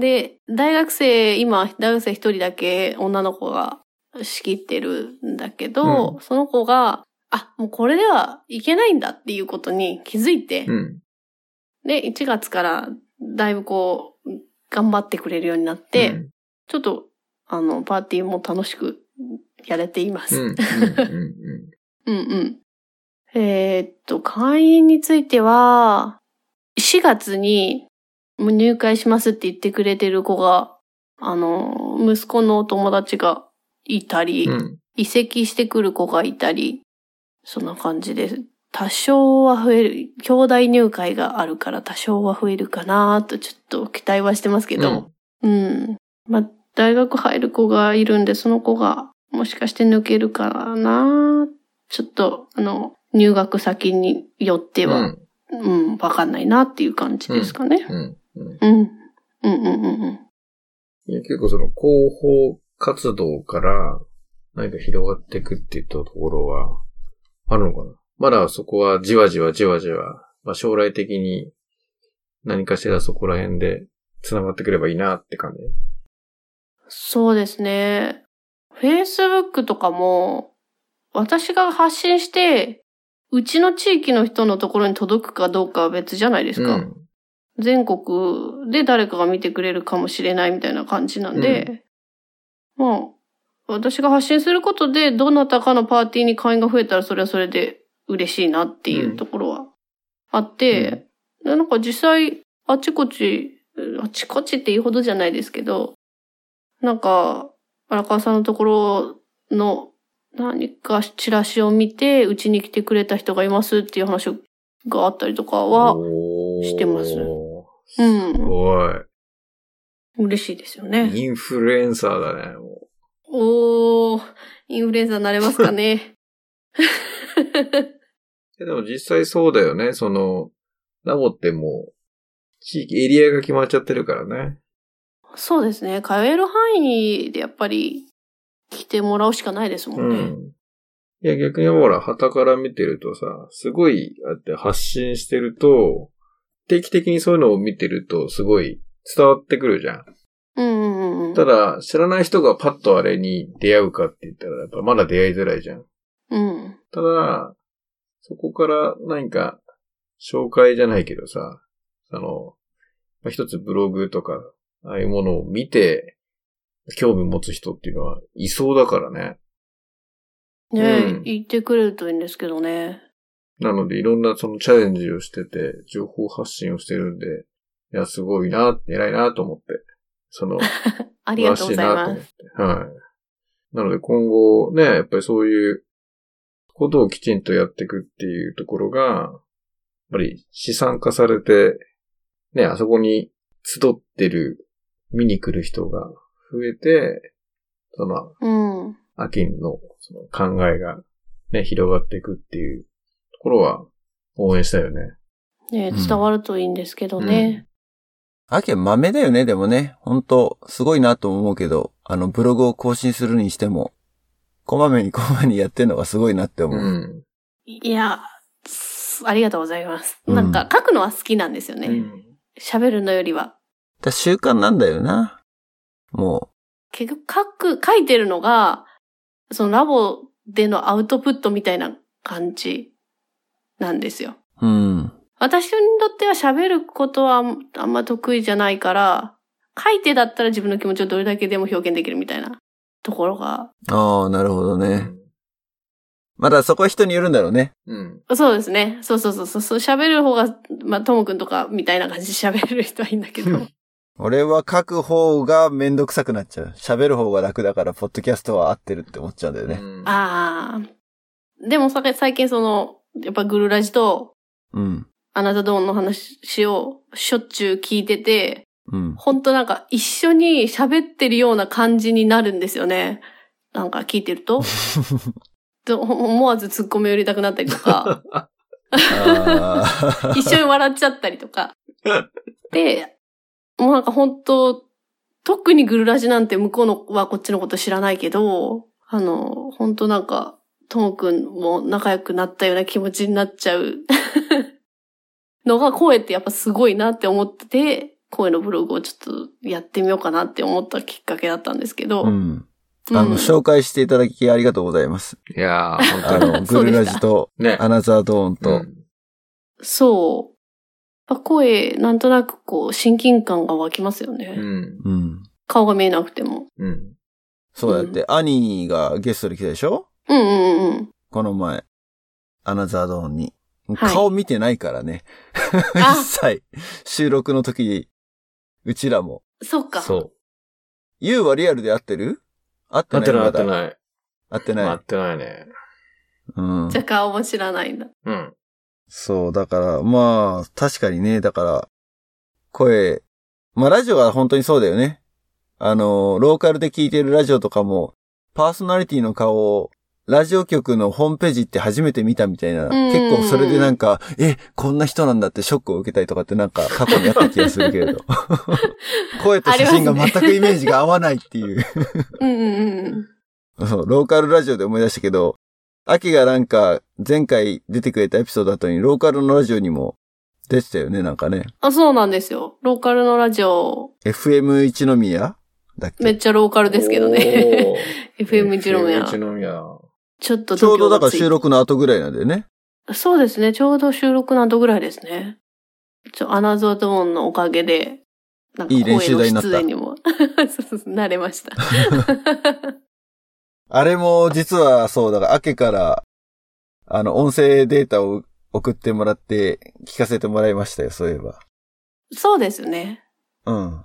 S3: で、大学生、今、大学生一人だけ女の子が仕切ってるんだけど、
S2: う
S3: その子が、あ、もうこれではいけないんだっていうことに気づいて、
S2: うん。
S3: で、1月からだいぶこう、頑張ってくれるようになって、
S2: うん、
S3: ちょっと、あの、パーティーも楽しくやれていま
S2: う
S3: す。うん
S2: ん。うん。
S3: うん、えーっと、会員については、4月にもう入会しますって言ってくれてる子が、あの、息子のお友達がいたり、
S2: うん。うん。
S3: 移籍してくる子がいたり、そんな感じです。多少は増える、兄弟入会があるから多少は増えるかなとちょっと期待はしてますけど、うん。まあ、大学入る子がいるんで、その子がもしかして抜けるかなちょっと、あの、入学先によって
S2: う
S3: は、
S2: ん。
S3: うん、わかんないなっていう感じですかね。
S2: うん。うん
S3: うん。うんうんうんうん。
S2: いや結構その広報活動から何か広がっていくっていったところはあるのかなまだそこはじわじわじわじわ、まあ、将来的に何かしらそこら辺で繋がってくればいいなって感じ。
S3: そうですね。Facebook とかも、私が発信して、うちの地域の人のところに届くかどうかは別じゃないですか。
S2: うん。
S3: 全国で誰かが見てくれるかもしれないみたいな感じなんで、まあ、私が発信することで、どなたかのパーティーに会員が増えたら、それはそれで嬉しいなっていうところはあって、でなんか実際、あちこち、あちこちっていうほどじゃないですけど、なんか、荒川さんのところの何かチラシを見て、うちに来てくれた人がいますっていう話があったりとかは、
S2: おー
S3: してますう
S2: す
S3: ん。
S2: ごい。
S3: 嬉しいですよね。
S2: インフルエンサーだね。も
S3: おー、インフルエンザになれますかね。
S2: うえでも実際そうだよね。その、ラボってもう、地域、エリアが決まっちゃってるからね。
S3: そうですね。通える範囲でやっぱり来てもらうしかないですも
S2: うん
S3: ね。
S2: ん。いや、逆にほら、旗から見てるとさ、すごい、あって発信してると、定期的にそういうのを見てると、すごい伝わってくるじゃん。
S3: うんうんうん。
S2: ただ、知らない人がパッとあれに出会うかって言ったら、やっぱまだ出会いづらいじゃん。
S3: うん。
S2: ただ、そこから何か紹介じゃないけどさ、あの、まあ一つブログとか、ああいうものを見て、興味持つ人っていうのはいそうだからね。
S3: ね
S2: うん
S3: 言ってくれるといいんですけどね。
S2: なので、いろんなそのチャレンジをしてて、情報発信をしてるんで、いや、すごいな、偉いなと思って、その、
S3: ありがとうございます。
S2: す。はい。なので今後ね、やっぱりそういうことをきちんとやっていくっていうところが、やっぱり資産化されて、ね、あそこに集ってる、見に来る人が増えて、その、
S3: うん。
S2: 秋のその考えがね、広がっていくっていうところは応援したいよね。
S3: ね
S1: うん
S3: 伝わるといいんですけどね。
S1: アキは豆だよね、でもね。ほんと、すごいなと思うけど、あの、ブログを更新するにしても、こまめにこまめにやってんのがすごいなって思
S2: う
S1: う。
S2: ん。
S3: いや、すありがとうございます。
S1: うん
S3: なんか、書くのは好きなんですよ
S2: う
S3: ね。
S2: ん
S3: 喋、るのよりは。
S1: だ習慣なんだよな。も
S3: 結局、書く、書いてるのが、そのラボでのアウトプットみたいな感じなんですよ。
S1: う。うん。
S3: 私にとっては喋ることはあんま得意じゃないから、書いてだったら自分の気持ちをどれだけでも表現できるみたいなところが、
S1: ああ、なるほど
S2: う
S1: ね。
S2: ん。
S1: まだそこは人によるんだろうね。
S2: うん。
S3: そうですね。そうそうそうそうそう。喋る方が、まあ、ともくんとかみたいな感じで喋る人はいいんだけ
S2: う
S3: ど。
S2: ん
S1: 俺は書く方がめんどくさくなっちゃう。喋る方が楽だから、ポッドキャストは合ってるって思っちゃうんだよね。
S3: ああ。でもさ最近その、やっぱグルラジと
S1: うん。
S3: あなたどうの話をしょっちゅう聞いてて、
S1: うん。
S3: ほんとなんか一緒に喋ってるような感じになるんですよね。なんか聞いて ると。で思わず突っ込み寄りたくなったりとか。
S1: あー
S3: 一緒に笑っちゃったりとか。で、もうなんか本当特にグルラジなんて向こうのはこっちのこと知らないけど、あの、本当なんか、ともくんも仲良くなったような気持ちになっちゃう のが声ってやっぱすごいなって思ってて、声のブログをちょっとやってみようかなって思ったきっかけだったんですけど。
S1: うん。あの、
S3: うん
S1: 紹介していただきありがとうございます。
S2: いやー、
S1: あ
S2: 本当に。
S1: の、グルラジと、
S2: ね。
S1: アナザードーン
S2: う
S1: と、
S2: ん
S3: そう。やっぱ声、なんとなくこう、親近感が湧きますよね。
S2: うん。
S1: うん。
S3: 顔が見えなくても。
S2: うん。
S1: そうだって、アニーがゲストで来たでしょ
S3: うんうんうんうん。
S1: この前。アナザードーンに。
S3: はい
S1: 顔見てないからね。
S3: あ
S1: 一切。収録の時に、うちらも。
S3: そっか。
S2: そ
S1: ユウはリアルで会ってる会っ
S2: う。
S1: て
S2: 合っ
S1: ない
S2: てな
S1: ま
S2: い合って
S1: だ
S2: ない。
S1: 会って
S2: 合
S1: ない。
S2: ってないね。
S1: うん
S3: じゃ。あ顔も知らないんだ。
S2: うん。
S1: そう、だから、まあ、確かにね、だから、声、まあ、ラジオは本当にそうだよね。あの、ローカルで聞いてるラジオとかも、パーソナリティの顔を、ラジオ局のホームページって初めて見たみたいな、
S3: んうんうん
S1: 結構それでなんか、え、こんな人なんだってショックを受けたりとかってなんか過去にあった気がするけれ ど。声と写真が全くイメージが合わないっていう。
S3: うんうんうん。
S1: そう、ローカルラジオで思い出したけど、秋がなんか、前回出てくれたエピソード後に、ローカルのラジオにも出てたよね、なんかね。
S3: あ、そうなんですよ。ローカルのラジオ、
S1: FM 一宮だっけ
S3: めっちゃローカ
S2: あ
S3: ルですけど ね。FM 一郎や
S2: FM。一宮。う
S3: ちょっと
S1: ちょうどだから
S3: 度胸がついて
S1: 収録の後ぐらいなんだよね。
S3: そうですね。ちょうど収録などぐらいですね。ちょ、アナゾードンのおかげで、なんか
S1: いい練習台になった
S3: 声の出演にも、 そうそうそう慣れま した。
S1: あれも実はそう、だから秋から、あの、音声データを送ってもらって、聞かせてもらいましたよ、そういえば。
S3: そうですね。
S1: うん。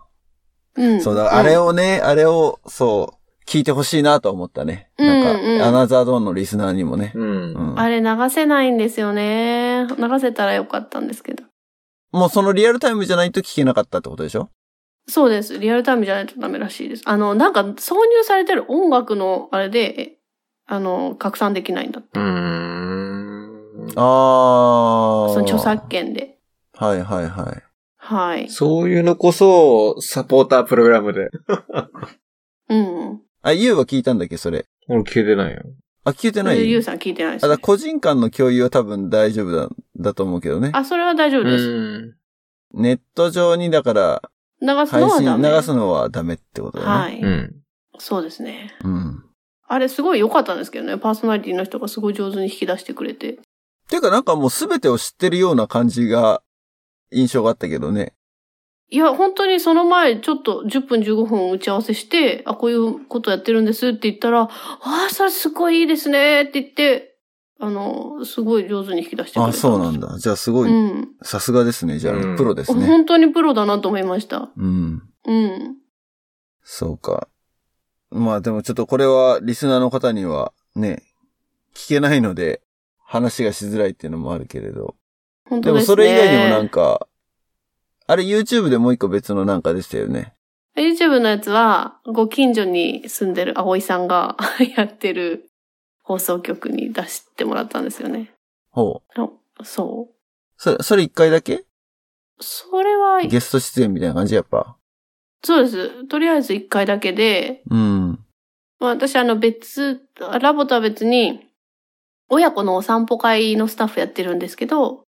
S3: うん。
S1: そうだ、あれ
S3: を。
S1: をね、あれを、そう、聞いてほしいなと思ったね。なんか、
S3: うんうん
S1: アナザードーンのリスナーにもね。
S2: ん。
S1: うん
S3: あれ流せないんですよね。流せたらよかったんですけど。
S1: もうそのリアルタイムじゃないと聞けなかったってことでしょ
S3: そうです。リアルタイムじゃないとダメらしいです。あの、なんか挿入されてる音楽のあれで、えあの、拡散できないんだ。
S2: うーん。
S1: ああ。
S3: その著作権で。
S1: はいはいはい。
S3: はい。
S2: そういうのこそ、サポータープログラムで。
S3: うん。
S1: あ、ゆうは聞いたんだっけそれ。
S2: 俺聞いてないよ。
S1: あ、聞いて
S3: そ
S1: な
S3: れで
S1: い
S3: ゆ
S1: あ、
S3: うさん聞いてないで
S1: だ
S3: す、
S1: から
S3: ね。
S1: 個人間の共有は多分大丈夫だ、だと思うけどね。
S3: あ、それは大丈夫です。
S2: ん。
S1: ネット上にだから、
S3: 流す
S1: 配
S3: のはダ
S1: 信、
S3: メ。
S1: 流すのはダメってことだね。
S3: はい、
S2: うん。
S3: そうですね。
S1: うん。
S3: あれすごい良かったんですけどね。パーソナリティの人がすごい上手に引き出してくれて。
S1: ていうかなんかもうすべてを知ってるような感じが、印象があったけどね。
S3: いや、本当にその前、ちょっと10分15分打ち合わせして、あ、こういうことやってるんですって言ったら、あー、それすごいいいですねって言って、あの、すごい上手に引き出してくれた
S1: あ、そうなん
S3: だ。
S1: だ。じゃあすご
S3: う
S1: い、
S3: ん。
S1: さすがですね。じゃあ、
S2: うん
S1: プロですね。
S3: 本当にプロだなと思いました。
S1: うん。
S3: うん。
S1: そうか。まあでもちょっとこれはリスナーの方にはね、聞けないので話がしづらいっていうのもあるけれど。
S3: 本
S1: で
S3: 当
S1: も
S3: です
S1: そ
S3: ね。
S1: れ以外にもなんか、あれ YouTube でもう一個別のなんかでしたよね。
S3: YouTube のやつは、ご近所に住んでる葵さんが やってる放送局に出してもらったんですよね。
S1: ほう。
S3: あそ
S1: それ、それ一回だけ
S3: う。それは、
S1: ゲスト出演みたいな感じやっぱ。
S3: そうです。とりあえず一回だけで、
S1: うん。
S3: まあ、私あの別、ラボとは別に、親子のお散歩会のスタッフやってるんですけど、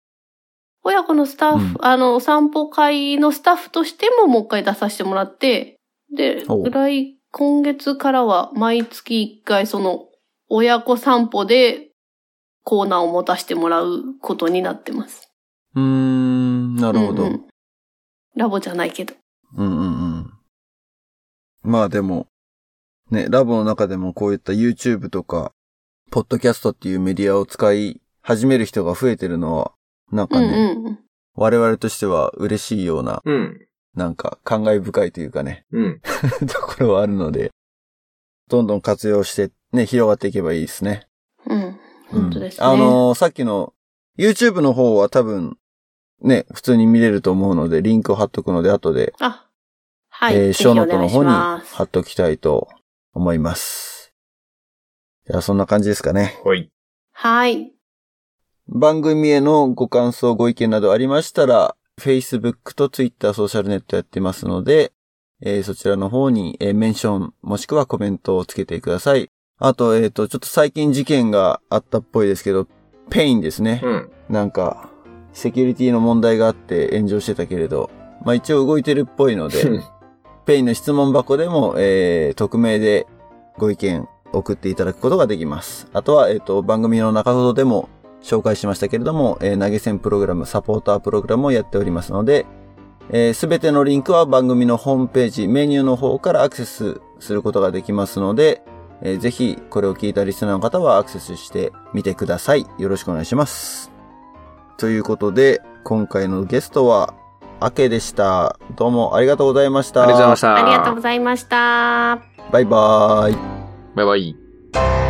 S3: 親子のスタッフ、
S1: う
S3: あの、お散歩会のスタッフとしてももう一回出させてもらって、で
S1: お、う
S3: 来、今月からは毎月一回その、親子散歩でコーナーを持たせてもらうことになってます。
S1: うーん、なるほど。
S3: うんうんラボじゃないけど。
S1: うんうんうん。まあでも、ね、ラボの中でもこういった YouTube とか、ポッドキャストっていうメディアを使い始める人が増えてるのは、なんか
S3: うん
S1: ね、
S3: うん。
S1: 我々としては嬉しいような、
S2: うん。
S1: なんか感慨深いというかね、
S2: うん。
S1: ところはあるので、どんどん活用して、ね、広がっていけばいいですね。
S3: うん。本当ですね。
S1: うんあのーさっきの YouTube の方は多分、ね、普通に見れると思うので、リンクを貼っとくので、後で
S3: あ、はい。
S1: えー、ショーノートの方に
S3: ぜひお願いします
S1: 貼っときたいと思います。じゃあ、そんな感じですかね。
S2: ほい。
S3: はい。
S1: 番組へのご感想、ご意見などありましたら、Facebook と Twitter、ソーシャルネットやってますので、えーそちらの方に、えーメンション、もしくはコメントをつけてください。あと、えっ、と、ちょっと最近事件があったっぽいですけど、ペインですね。
S2: うん。
S1: なんか、セキュリティの問題があって炎上してたけれど、まあ一応動いてるっぽい ので、 ペインの質問箱でも、えー、匿名でご意見送っていただくことができます。あとは、えっ、と、番組の中ほどでも紹介しましたけれども、えー投げ銭プログラム、サポータープログラムをやっておりますので、す、え、べ、全てのリンクは番組のホームページ、メニューの方からアクセスすることができますので、えーぜひこれを聞いたリスナーの方はアクセスしてみてください。よろしくお願いします。ということで、今回のゲストは、アケでした。どうもありがとうございました。
S2: ありがとうございました。
S3: ありがとうございました。
S1: バイバーイ。
S2: バイバイ。